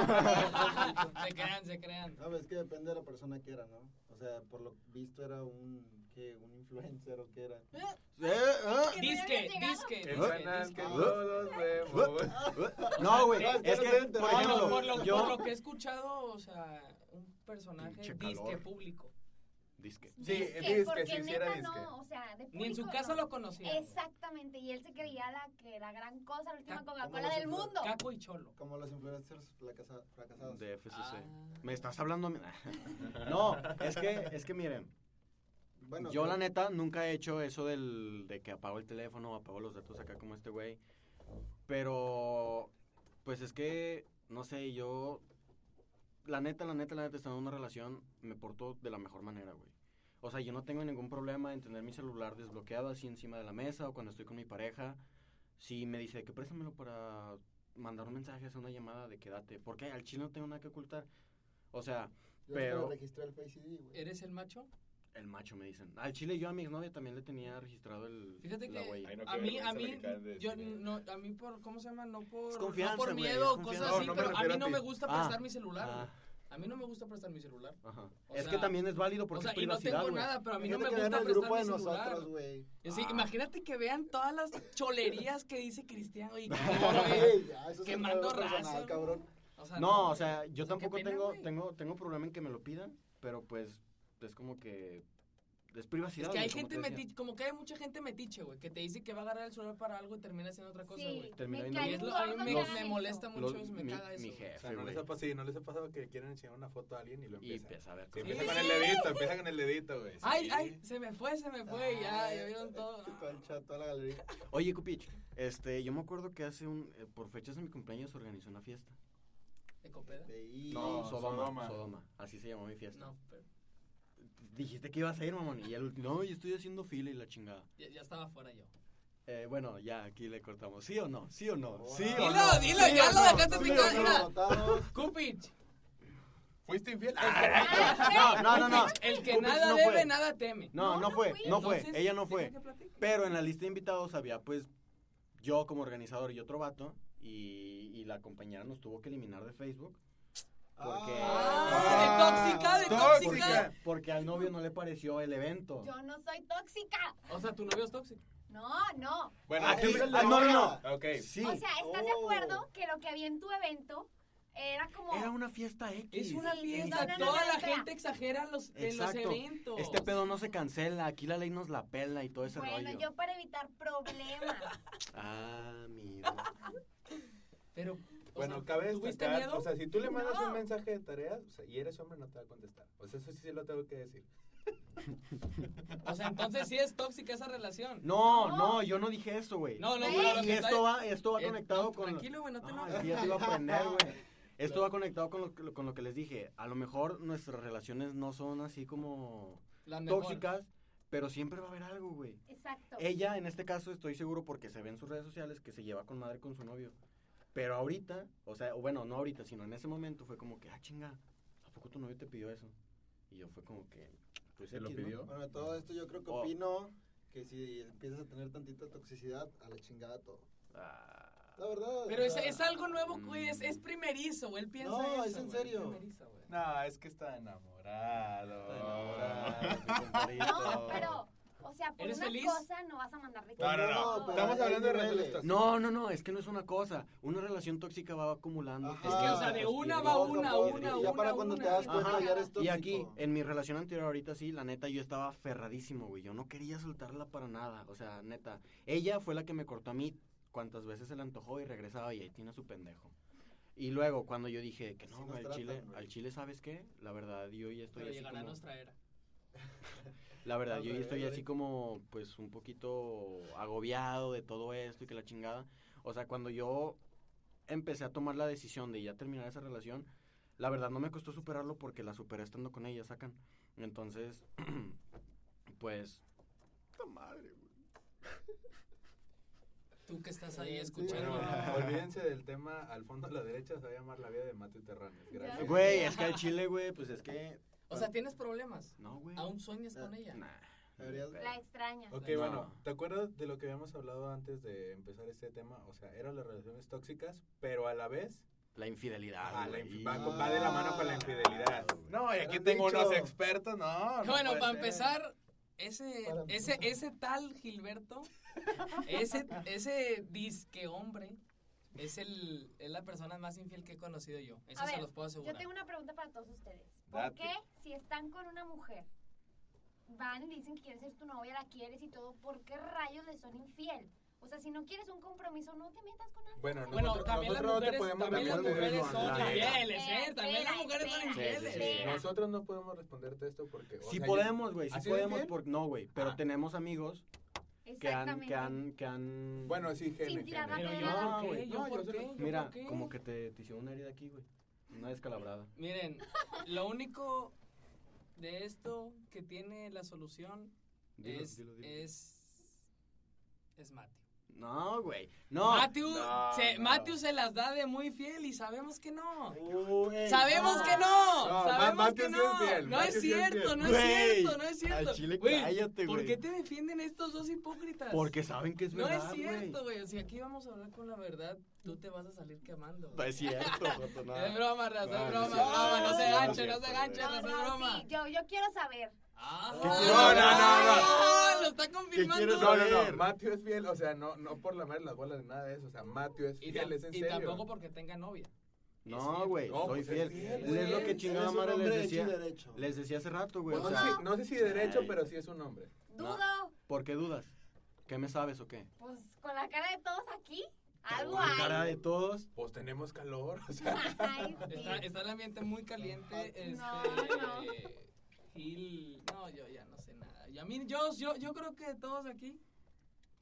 Speaker 3: se crean, se crean.
Speaker 5: No, es que depende de la persona que era, ¿no? O sea, por lo visto era un, ¿qué? Un influencer o qué era.
Speaker 2: Eh, ah.
Speaker 4: Que no
Speaker 3: Disque,
Speaker 4: habían llegado.
Speaker 3: disque,
Speaker 1: El
Speaker 2: ¿Eh?
Speaker 3: disque.
Speaker 1: canal que
Speaker 3: disque.
Speaker 5: ¿Eh?
Speaker 1: todos vemos.
Speaker 2: No, güey.
Speaker 5: No,
Speaker 2: Es
Speaker 5: espérate,
Speaker 2: que,
Speaker 5: espérate.
Speaker 2: por
Speaker 5: No,
Speaker 3: Por
Speaker 2: ejemplo,
Speaker 3: lo, por lo-
Speaker 2: yo...
Speaker 3: por lo que he escuchado, o sea, un personaje
Speaker 2: Pinche
Speaker 3: disque
Speaker 2: calor.
Speaker 3: público.
Speaker 2: Disque.
Speaker 1: Sí,
Speaker 4: Disque,
Speaker 1: disque,
Speaker 4: porque
Speaker 1: si hiciera
Speaker 4: neta
Speaker 1: disque.
Speaker 4: no, o sea, de
Speaker 3: Ni en su
Speaker 4: público
Speaker 3: casa
Speaker 4: no.
Speaker 3: lo conocía.
Speaker 4: Exactamente, y él se creía la que la gran cosa, la última
Speaker 3: Ca-
Speaker 5: ¿cómo
Speaker 4: Coca-Cola
Speaker 5: los
Speaker 4: del
Speaker 5: influ-
Speaker 4: mundo.
Speaker 3: Caco y Cholo.
Speaker 5: Como los influencers fracasa- fracasados.
Speaker 2: De FCC.
Speaker 3: Ah.
Speaker 2: Pues ¿Me estás hablando a mí? [LAUGHS] No, es que, es que miren,
Speaker 5: Bueno,
Speaker 2: yo
Speaker 5: pero-
Speaker 2: la neta nunca he hecho eso del, de que apago el teléfono, apago los datos acá como este güey. Pero, pues es que, no sé, yo, la neta, la neta, la neta, estando en una relación, me porto de la mejor manera, güey. O sea, yo no tengo ningún problema en tener mi celular desbloqueado así encima de la mesa o cuando estoy con mi pareja. Si me dice que préstamelo para mandar un mensaje, hacer una llamada de quédate. Porque al chino no tengo nada que ocultar. O sea,
Speaker 5: Yo
Speaker 2: pero-
Speaker 5: pero... registré el Face ID, güey.
Speaker 3: ¿Eres el macho?
Speaker 2: el macho, me dicen. Al chile yo a mi exnovia también le tenía registrado el,
Speaker 3: Fíjate
Speaker 2: la
Speaker 3: que
Speaker 2: huella.
Speaker 1: Ay, no, qué
Speaker 3: a mí,
Speaker 1: vergüenza
Speaker 3: a mí,
Speaker 1: lo que acabas de
Speaker 3: yo
Speaker 1: decir, eh.
Speaker 3: no, a mí por, ¿cómo se llama? No por,
Speaker 2: Es confianza,
Speaker 3: no por
Speaker 2: güey,
Speaker 3: miedo,
Speaker 2: es confianza.
Speaker 3: cosas
Speaker 1: No,
Speaker 3: así,
Speaker 1: no me
Speaker 3: pero a
Speaker 1: refiero
Speaker 3: mí
Speaker 1: a
Speaker 3: no
Speaker 1: ti.
Speaker 3: me gusta
Speaker 2: Ah,
Speaker 3: prestar mi celular.
Speaker 2: Ah,
Speaker 3: güey. A mí no me gusta prestar mi celular.
Speaker 2: ajá.
Speaker 3: O
Speaker 2: es
Speaker 3: sea,
Speaker 2: que también es válido
Speaker 3: O
Speaker 2: porque
Speaker 3: sea,
Speaker 2: es
Speaker 3: y no
Speaker 2: privacidad,
Speaker 3: tengo
Speaker 2: güey.
Speaker 3: nada, pero a mí no
Speaker 5: Fíjate
Speaker 3: me
Speaker 5: que vean
Speaker 3: gusta
Speaker 5: el grupo
Speaker 3: prestar
Speaker 5: de
Speaker 3: mi celular.
Speaker 5: nosotros, güey.
Speaker 3: Es decir,
Speaker 2: Ah.
Speaker 3: imagínate que vean todas las cholerías que dice
Speaker 2: [LAUGHS]
Speaker 3: Cristiano y que
Speaker 5: [LAUGHS] Ey, ya, eso es
Speaker 3: Quemando
Speaker 5: algo personal,
Speaker 3: raza, güey.
Speaker 5: cabrón.
Speaker 3: O sea,
Speaker 2: No, o
Speaker 3: güey.
Speaker 2: sea, yo
Speaker 3: O sea, qué
Speaker 2: tampoco
Speaker 3: pena,
Speaker 2: tengo,
Speaker 3: güey.
Speaker 2: tengo, tengo problema en que me lo pidan, pero pues es como que es privacidad.
Speaker 3: Es que hay
Speaker 2: güey, como
Speaker 3: gente
Speaker 2: te decía.
Speaker 3: metiche, como que hay mucha gente metiche, güey, que te dice que va a agarrar el celular para algo y termina haciendo otra cosa,
Speaker 4: sí,
Speaker 3: güey.
Speaker 2: Termina
Speaker 4: me
Speaker 2: viendo-
Speaker 3: Y
Speaker 4: cae
Speaker 3: es
Speaker 4: un
Speaker 3: lo- a mí
Speaker 4: gordo
Speaker 3: me,
Speaker 4: que
Speaker 2: Los-
Speaker 4: hagan
Speaker 3: me
Speaker 4: eso.
Speaker 3: molesta mucho,
Speaker 2: Los-
Speaker 3: eso, me
Speaker 2: mi,
Speaker 3: caga eso.
Speaker 2: mi
Speaker 3: güey.
Speaker 1: O sea,
Speaker 2: jefe,
Speaker 1: no
Speaker 2: güey.
Speaker 1: les, ha pasado, sí, ¿no les ha pasado que quieren enseñar una foto a alguien y lo
Speaker 2: y
Speaker 1: empiezan?
Speaker 2: empieza a ver.
Speaker 1: Sí,
Speaker 2: cosas.
Speaker 1: empieza con el dedito, empieza con el dedito, güey.
Speaker 3: Ay,
Speaker 1: Sí.
Speaker 3: ay, se me fue, se me fue, y ya,
Speaker 4: Ah,
Speaker 5: Ay,
Speaker 3: ya vieron todo.
Speaker 5: Todo el chat, toda la galería.
Speaker 2: Oye, Cupich, este, yo me acuerdo que hace un, eh, por fechas de mi cumpleaños organizó una fiesta.
Speaker 3: ¿De copeda?
Speaker 5: De ahí.
Speaker 1: No,
Speaker 2: Sodoma,
Speaker 1: Sodoma.
Speaker 2: Sodoma. Así se llamó mi fiesta.
Speaker 3: No, pero
Speaker 2: Dijiste que ibas a ir, mamón, y el último, no, yo estoy haciendo fila y la chingada.
Speaker 3: ya, ya estaba fuera yo.
Speaker 2: Eh, bueno, ya aquí le cortamos. ¿Sí o no? ¿Sí o no?
Speaker 5: Ahora.
Speaker 2: ¿Sí o
Speaker 3: Dilo,
Speaker 2: no?
Speaker 3: dilo,
Speaker 2: ¿Sí
Speaker 3: ya
Speaker 2: o
Speaker 3: lo
Speaker 2: no?
Speaker 3: dejaste
Speaker 2: ¿Sí o
Speaker 3: picado,
Speaker 2: no?
Speaker 3: mira.
Speaker 5: Votados.
Speaker 3: Cupich,
Speaker 1: ¿Fuiste infiel?
Speaker 3: Ah,
Speaker 1: Ah,
Speaker 2: No, no, no, no.
Speaker 3: el que
Speaker 2: Cupich
Speaker 3: nada
Speaker 2: no
Speaker 3: debe,
Speaker 2: fue.
Speaker 3: nada teme.
Speaker 2: No,
Speaker 4: No,
Speaker 2: no
Speaker 4: no
Speaker 2: fue,
Speaker 4: fui.
Speaker 2: no fue,
Speaker 3: Entonces,
Speaker 2: ella no
Speaker 3: deja
Speaker 2: fue.
Speaker 3: que platique.
Speaker 2: Pero en la lista de invitados había, pues, yo como organizador y otro vato, y, y la compañera nos tuvo que eliminar de Facebook. Porque,
Speaker 3: Ah, de tóxica, de tóxica.
Speaker 2: porque, porque al novio no le pareció el evento.
Speaker 4: Yo no soy tóxica.
Speaker 3: O sea, tu novio es tóxico.
Speaker 4: No, no.
Speaker 1: Bueno,
Speaker 2: Aquí-
Speaker 1: es el de
Speaker 2: ah, no, no,
Speaker 5: no.
Speaker 1: ahora. Ok.
Speaker 2: Sí,
Speaker 4: O sea, ¿estás de
Speaker 5: Oh.
Speaker 4: acuerdo que lo que había en tu evento era como...
Speaker 2: era una fiesta X.
Speaker 3: Es una
Speaker 4: Sí,
Speaker 3: fiesta,
Speaker 4: no, no, no,
Speaker 3: toda
Speaker 4: no,
Speaker 3: la
Speaker 4: espera.
Speaker 3: gente exagera en los, en los
Speaker 2: Exacto.
Speaker 3: eventos.
Speaker 2: Este pedo no se cancela, aquí la ley nos la pela y todo ese
Speaker 4: bueno,
Speaker 2: rollo.
Speaker 4: yo para evitar problemas.
Speaker 2: Ah, mira.
Speaker 3: Pero, o
Speaker 1: Bueno,
Speaker 3: sea,
Speaker 1: cabe
Speaker 3: ¿tuviste
Speaker 1: destacar,
Speaker 3: miedo?
Speaker 1: o sea, si tú le mandas
Speaker 4: No.
Speaker 1: un mensaje de tareas o sea, y eres hombre, no te va a contestar. O sea, eso sí se lo tengo que decir.
Speaker 3: O sea, entonces sí es tóxica esa relación.
Speaker 2: No,
Speaker 4: No.
Speaker 2: no, yo no dije eso, güey.
Speaker 3: No, no,
Speaker 4: Ey.
Speaker 3: pero lo
Speaker 2: Y
Speaker 3: que está-
Speaker 2: esto va, esto va
Speaker 3: eh,
Speaker 2: conectado
Speaker 3: no,
Speaker 2: con...
Speaker 3: Tranquilo, güey, no te
Speaker 2: No,
Speaker 3: enojes.
Speaker 2: sí, ya te iba a aprender,
Speaker 3: [LAUGHS]
Speaker 2: güey. Esto va conectado con lo, que- con lo que les dije. A lo mejor nuestras relaciones no son así como
Speaker 3: La mejor.
Speaker 2: tóxicas, pero siempre va a haber algo, güey.
Speaker 4: Exacto.
Speaker 2: Ella, en este caso, estoy seguro porque se ve en sus redes sociales que se lleva con madre con su novio. Pero ahorita, o sea, o bueno, no ahorita, sino en ese momento fue como que, ah, chinga, ¿a poco tu novio te pidió eso? Y yo fue como que, pues
Speaker 1: ¿Se lo
Speaker 2: X, ¿no?
Speaker 1: pidió?
Speaker 5: Bueno, de todo esto yo creo que
Speaker 2: Oh.
Speaker 5: opino que si empiezas a tener tantita toxicidad, a la chingada todo.
Speaker 2: Ah,
Speaker 5: La verdad.
Speaker 3: Pero
Speaker 5: o
Speaker 3: es,
Speaker 5: sea,
Speaker 3: es algo nuevo, güey. Es, es primerizo, güey. Él piensa eso.
Speaker 5: No, es en
Speaker 3: güey,
Speaker 5: serio.
Speaker 3: primerizo, güey.
Speaker 1: No, es que está enamorado.
Speaker 2: está enamorada, mi compadrito.
Speaker 4: No, pero, o sea, por
Speaker 3: ¿Eres
Speaker 4: una
Speaker 3: feliz?
Speaker 4: cosa no vas a mandarle
Speaker 1: Pues No, no, no.
Speaker 4: todo.
Speaker 5: pero
Speaker 1: Estamos
Speaker 5: hay
Speaker 1: hablando de
Speaker 5: niveles.
Speaker 1: relaciones
Speaker 2: No, no, no, es que no es una cosa. Una relación tóxica va acumulando.
Speaker 5: Ajá.
Speaker 3: Es que, o sea, de
Speaker 2: pierde,
Speaker 3: una
Speaker 2: pierde,
Speaker 3: va
Speaker 5: Poco a
Speaker 3: una,
Speaker 5: poco,
Speaker 3: una,
Speaker 5: y ya
Speaker 3: una,
Speaker 5: para cuando
Speaker 3: una.
Speaker 5: te das cuenta
Speaker 2: Ajá.
Speaker 5: ya eres tóxico.
Speaker 2: Y aquí,
Speaker 3: [LAUGHS]
Speaker 2: en mi relación anterior ahorita sí, la neta, yo estaba ferradísimo, güey. Yo no quería soltarla para nada. O sea, neta. Ella fue la que me cortó a mí cuantas veces se le antojó y regresaba y ahí tiene su pendejo. Y luego, cuando yo dije que
Speaker 5: Así
Speaker 2: no,
Speaker 5: nos
Speaker 2: güey, al
Speaker 5: tratan,
Speaker 2: chile,
Speaker 5: güey.
Speaker 2: al chile, ¿sabes qué? La verdad, yo ya estoy
Speaker 3: Pero
Speaker 2: así
Speaker 3: llegará
Speaker 2: como...
Speaker 3: nuestra era.
Speaker 2: La verdad,
Speaker 1: Ah,
Speaker 5: Al
Speaker 2: yo ya
Speaker 5: revés,
Speaker 2: estoy así
Speaker 5: güey.
Speaker 2: como, pues, un poquito agobiado de todo esto y que la chingada. O sea, cuando yo empecé a tomar la decisión de ya terminar esa relación, la verdad no me costó superarlo porque la superé estando con ella, sacan. Entonces, [CLEARS THROAT] pues... ¡Puta madre, güey!
Speaker 3: tú que estás ahí
Speaker 5: Sí,
Speaker 1: [LAUGHS]
Speaker 3: escuchando.
Speaker 5: bueno.
Speaker 1: Olvídense del tema al fondo a la derecha, se va a llamar la vida de Mateo Terranes. Gracias.
Speaker 2: Güey, es que al chile, güey, pues es que.
Speaker 3: O sea, tienes problemas.
Speaker 2: No, güey.
Speaker 3: Aún sueñas con ella.
Speaker 2: Nah.
Speaker 5: Deberías-
Speaker 4: La extraña.
Speaker 1: Ok,
Speaker 3: No.
Speaker 1: bueno, ¿te acuerdas de lo que habíamos hablado antes de empezar este tema? O sea, eran las relaciones tóxicas, pero a la vez
Speaker 2: La infidelidad.
Speaker 1: ah, la
Speaker 2: güey.
Speaker 1: inf- va, con- va de la mano con la infidelidad. No, y aquí
Speaker 5: Hubieran
Speaker 1: tengo
Speaker 5: dicho.
Speaker 1: unos expertos, no. no
Speaker 3: [LAUGHS] bueno,
Speaker 1: puede
Speaker 3: para
Speaker 1: ser.
Speaker 3: empezar, ese,
Speaker 5: Para
Speaker 3: ese,
Speaker 5: empezar.
Speaker 3: ese tal Gilberto, ese, ese disque hombre, es, el, es la persona más infiel que he conocido yo. Eso
Speaker 4: A
Speaker 3: se
Speaker 4: ver,
Speaker 3: los puedo asegurar.
Speaker 4: Yo tengo una pregunta para todos ustedes. ¿Por
Speaker 1: Date.
Speaker 4: qué si están con una mujer, van y le dicen que quieres ser tu novia, la quieres y todo, ¿por qué rayos le son infiel? O sea, si no quieres un compromiso, no te metas con alguien.
Speaker 1: Bueno,
Speaker 3: Bueno,
Speaker 1: nosotros,
Speaker 3: también las
Speaker 1: nosotros no te
Speaker 3: mujeres,
Speaker 1: podemos
Speaker 3: también las
Speaker 1: responder
Speaker 3: mujeres
Speaker 1: eso
Speaker 3: son
Speaker 1: a la-
Speaker 3: infieles, ¿eh?
Speaker 4: Espera,
Speaker 3: También las mujeres son
Speaker 4: espera,
Speaker 3: infieles.
Speaker 2: espera.
Speaker 4: Espera.
Speaker 1: Nosotros no podemos responderte esto porque. o
Speaker 2: Sí
Speaker 1: sea, yo-
Speaker 2: podemos, güey, sí
Speaker 1: ¿Has sido
Speaker 2: podemos,
Speaker 1: infiel?
Speaker 2: por... no, güey, pero
Speaker 1: Ah.
Speaker 2: tenemos amigos que han,
Speaker 4: Exactamente.
Speaker 2: que han, que han...
Speaker 1: Bueno, sí, gene,
Speaker 4: Sin tirar la
Speaker 1: gene.
Speaker 3: Pero yo,
Speaker 4: No,
Speaker 3: ¿por qué?
Speaker 2: güey,
Speaker 3: ¿Yo
Speaker 1: no,
Speaker 3: por
Speaker 1: yo
Speaker 3: qué?
Speaker 1: solo-
Speaker 3: Pues, ¿Yo
Speaker 2: Mira,
Speaker 3: por qué?
Speaker 2: como que te, te hicieron una herida aquí, güey, una descalabrada.
Speaker 3: Miren, lo único de esto que tiene la solución
Speaker 2: Dilo,
Speaker 3: es,
Speaker 2: dilo, dilo.
Speaker 3: es. Es Matthew.
Speaker 2: No, güey, no.
Speaker 3: Matthew,
Speaker 1: no,
Speaker 3: se,
Speaker 1: no.
Speaker 3: Matthew se las da de muy fiel y sabemos que no.
Speaker 2: Güey.
Speaker 3: Sabemos que no.
Speaker 1: No,
Speaker 3: sabemos
Speaker 1: Ma- Matthew
Speaker 3: que
Speaker 1: sí
Speaker 3: no.
Speaker 1: es fiel,
Speaker 3: no
Speaker 1: Matthew
Speaker 3: es
Speaker 1: sí es
Speaker 3: cierto,
Speaker 1: fiel.
Speaker 3: no es
Speaker 2: Güey,
Speaker 3: cierto, no es cierto.
Speaker 2: al chile,
Speaker 3: Güey,
Speaker 2: cállate,
Speaker 3: ¿Por
Speaker 2: güey.
Speaker 3: qué te defienden estos dos hipócritas?
Speaker 2: Porque saben que es
Speaker 3: no
Speaker 2: verdad,
Speaker 3: es
Speaker 2: güey.
Speaker 3: cierto, güey. Si aquí vamos a hablar con la verdad, tú te vas a salir quemando.
Speaker 2: No es
Speaker 3: [LAUGHS]
Speaker 2: cierto, Joto, no.
Speaker 3: Es broma,
Speaker 2: No,
Speaker 3: raza,
Speaker 2: no es
Speaker 3: es broma, es
Speaker 2: cierto.
Speaker 3: broma. No se
Speaker 2: No, no
Speaker 3: ganche,
Speaker 2: es
Speaker 3: no se
Speaker 2: cierto,
Speaker 3: ganche, no
Speaker 4: No,
Speaker 3: es
Speaker 4: no,
Speaker 3: broma.
Speaker 4: sí, yo, yo quiero saber.
Speaker 3: Ah.
Speaker 2: ¿Qué
Speaker 1: quieres No, no, saber?
Speaker 3: Ah, Lo está confirmando.
Speaker 2: quieres
Speaker 1: No,
Speaker 2: saber?
Speaker 1: no,
Speaker 2: Joder.
Speaker 1: no. Matthew es fiel, o sea, no, no por la madre las bolas ni nada de eso. O sea, Matthew es
Speaker 3: Y,
Speaker 1: fiel,
Speaker 3: tam-
Speaker 1: es en
Speaker 3: y
Speaker 1: serio.
Speaker 3: tampoco porque tenga novia.
Speaker 2: No, güey,
Speaker 1: No,
Speaker 2: soy
Speaker 1: pues es
Speaker 2: fiel.
Speaker 1: fiel,
Speaker 2: Es lo que
Speaker 3: güey.
Speaker 2: chingada
Speaker 5: Eres un
Speaker 2: madre
Speaker 5: hombre
Speaker 2: les
Speaker 5: hecho y
Speaker 2: decía,
Speaker 5: derecho.
Speaker 2: les decía hace rato, güey,
Speaker 1: Pues
Speaker 2: o
Speaker 1: no,
Speaker 2: sea,
Speaker 1: sé, no sé si derecho,
Speaker 2: Ay.
Speaker 1: pero sí es un hombre.
Speaker 4: Dudo,
Speaker 2: ¿por qué dudas? ¿Qué me sabes o qué?
Speaker 4: pues con la cara de todos aquí, algo
Speaker 2: Con la
Speaker 4: hay.
Speaker 2: cara de todos.
Speaker 1: Pues tenemos calor, [LAUGHS] o sea.
Speaker 4: [LAUGHS] Ay, sí.
Speaker 3: Está, está el ambiente muy caliente. Este,
Speaker 4: No, no.
Speaker 3: Gil, no, yo ya no sé nada. Y a mí, yo, yo, yo creo que de todos aquí,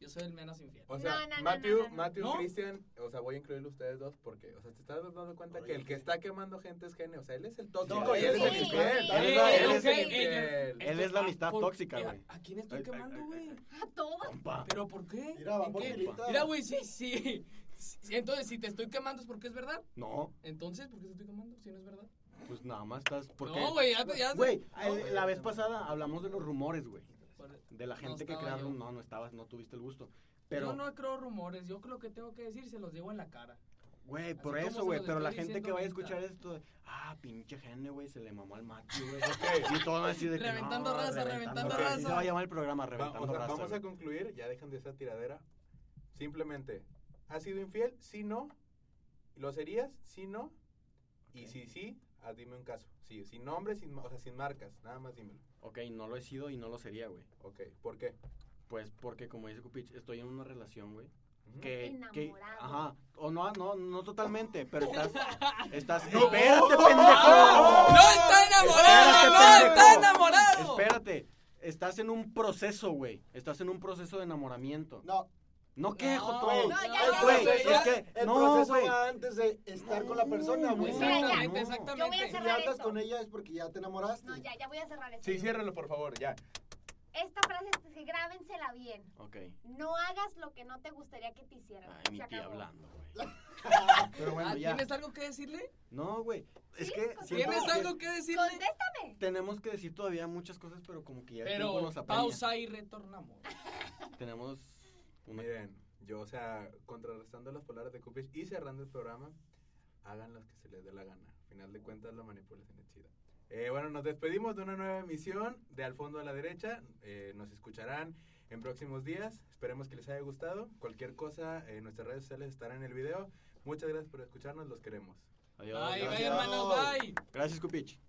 Speaker 3: yo soy el menos infiel.
Speaker 1: O sea,
Speaker 4: No, no, no,
Speaker 1: Matthew,
Speaker 4: no, no, no.
Speaker 1: Matthew,
Speaker 3: ¿No?
Speaker 1: Cristian, o sea, voy a incluir ustedes dos porque, o sea, te estás dando cuenta que
Speaker 5: Oye,
Speaker 1: el que
Speaker 5: ¿qué?
Speaker 1: está quemando gente es genio, o sea, él es el tóxico
Speaker 2: No,
Speaker 1: y él
Speaker 2: sí,
Speaker 1: es el
Speaker 4: sí,
Speaker 1: infiel.
Speaker 4: sí.
Speaker 1: Él
Speaker 2: Eh,
Speaker 1: es el
Speaker 2: ok,
Speaker 1: infiel.
Speaker 2: eh, Él es la amistad
Speaker 3: Este, ¿por-
Speaker 2: tóxica,
Speaker 3: eh,
Speaker 2: güey.
Speaker 3: ¿A quién estoy
Speaker 2: Ay, ay,
Speaker 3: quemando,
Speaker 2: ay,
Speaker 3: güey?
Speaker 4: A todos.
Speaker 2: Compa.
Speaker 3: ¿Pero por qué?
Speaker 5: Mira,
Speaker 3: ¿En
Speaker 5: vamos
Speaker 3: qué?
Speaker 5: Gilita.
Speaker 3: Mira, güey, sí, sí. [LAUGHS] Sí, Entonces, si te estoy quemando es porque es verdad.
Speaker 2: No,
Speaker 3: Entonces, ¿por qué te estoy quemando si no es verdad?
Speaker 2: pues nada más estás. ¿por qué?
Speaker 3: No, güey, ya, ya-
Speaker 2: Güey, el- la vez pasada hablamos de los rumores, güey.
Speaker 3: Por-
Speaker 2: De la
Speaker 3: No
Speaker 2: gente que
Speaker 3: estaba
Speaker 2: crea
Speaker 3: yo.
Speaker 2: rumores. No, no estabas, no tuviste el gusto. Pero,
Speaker 3: Yo no creo rumores, yo lo que tengo que decir se los digo en la
Speaker 2: [LAUGHS]
Speaker 3: cara.
Speaker 2: güey,
Speaker 3: Así
Speaker 2: por
Speaker 3: como se
Speaker 2: eso, güey.
Speaker 3: los
Speaker 2: Pero la
Speaker 3: estoy
Speaker 2: gente que
Speaker 3: diciendo
Speaker 2: vaya a
Speaker 3: ahorita.
Speaker 2: escuchar esto, ah, pinche genio, güey, se le mamó al macho,
Speaker 3: [LAUGHS]
Speaker 2: güey. Y todo así de que. no,
Speaker 3: Reventando raza, reventando
Speaker 2: raza. Así
Speaker 3: raza.
Speaker 2: se va a llamar el programa,
Speaker 1: Va-
Speaker 2: reventando
Speaker 1: o sea,
Speaker 2: raza.
Speaker 1: vamos a
Speaker 2: güey.
Speaker 1: concluir, ya dejan de esa tiradera. Simplemente, ¿has sido infiel? Si no, ¿lo serías? Si no, y
Speaker 2: Ok.
Speaker 1: si sí, haz dime un caso. Sí, sin nombre, sin, ma- o sea, sin marcas, nada más dímelo.
Speaker 2: Ok, no lo he sido y no lo sería, güey.
Speaker 1: Ok, ¿por qué?
Speaker 2: Pues porque, como dice Cupich, estoy en una relación, güey.
Speaker 1: Ujú.
Speaker 2: que, que
Speaker 4: Enamorado.
Speaker 2: ajá o no no no totalmente pero [LAUGHS] estás estás
Speaker 1: No.
Speaker 2: espérate
Speaker 3: ¡No
Speaker 2: pendejo
Speaker 3: está enamorado! ¡No está
Speaker 2: pendejo.
Speaker 3: enamorado!
Speaker 2: espérate estás en un proceso güey estás en un proceso de enamoramiento no,
Speaker 5: No,
Speaker 2: qué
Speaker 3: No,
Speaker 2: Joto?
Speaker 5: güey,
Speaker 4: No, ya,
Speaker 5: el
Speaker 4: ya,
Speaker 5: proceso-
Speaker 3: güey, es
Speaker 2: que-
Speaker 5: el
Speaker 2: no,
Speaker 5: proceso
Speaker 2: güey.
Speaker 5: va antes de estar con la persona, güey.
Speaker 4: Pues Mira,
Speaker 3: Exactamente,
Speaker 4: ya. Yo voy a
Speaker 3: exactamente.
Speaker 5: Si
Speaker 4: cerrar
Speaker 5: andas
Speaker 4: esto.
Speaker 5: con ella es porque ya te enamoraste.
Speaker 4: No, ya, ya voy a cerrar esto.
Speaker 1: Sí, ciérralo, por favor, ya.
Speaker 4: Esta frase es que grábensela bien.
Speaker 2: Ok.
Speaker 4: No hagas lo que no te gustaría que te hicieran.
Speaker 2: Ay, mi
Speaker 4: Se
Speaker 2: tía
Speaker 4: acabó.
Speaker 2: hablando, güey. [LAUGHS] Pero bueno,
Speaker 3: Ah,
Speaker 2: ya.
Speaker 3: ¿Tienes algo que decirle?
Speaker 2: No, güey. Es que
Speaker 4: Sí,
Speaker 2: siento
Speaker 3: ¿Tienes
Speaker 2: que
Speaker 3: algo que decirle?
Speaker 4: Contesta.
Speaker 2: tenemos que decir todavía muchas cosas, pero como que ya el tiempo
Speaker 3: Pero
Speaker 2: nos apremia.
Speaker 3: pausa y retornamos.
Speaker 2: Tenemos una...
Speaker 1: Miren, yo, o sea, contrarrestando las palabras de Cupich y cerrando el programa, hagan las que se les dé la gana. Al final de cuentas, la manipulación es chida. Eh, bueno, nos despedimos de una nueva emisión de Al Fondo a la Derecha. Eh, nos escucharán en próximos días. Esperemos que les haya gustado. Cualquier cosa, eh, nuestras redes sociales estarán en el video. Muchas gracias por escucharnos, los queremos.
Speaker 2: Adiós.
Speaker 3: Ay,
Speaker 2: gracias.
Speaker 3: bye, hermanos, bye.
Speaker 2: Gracias, Cupich.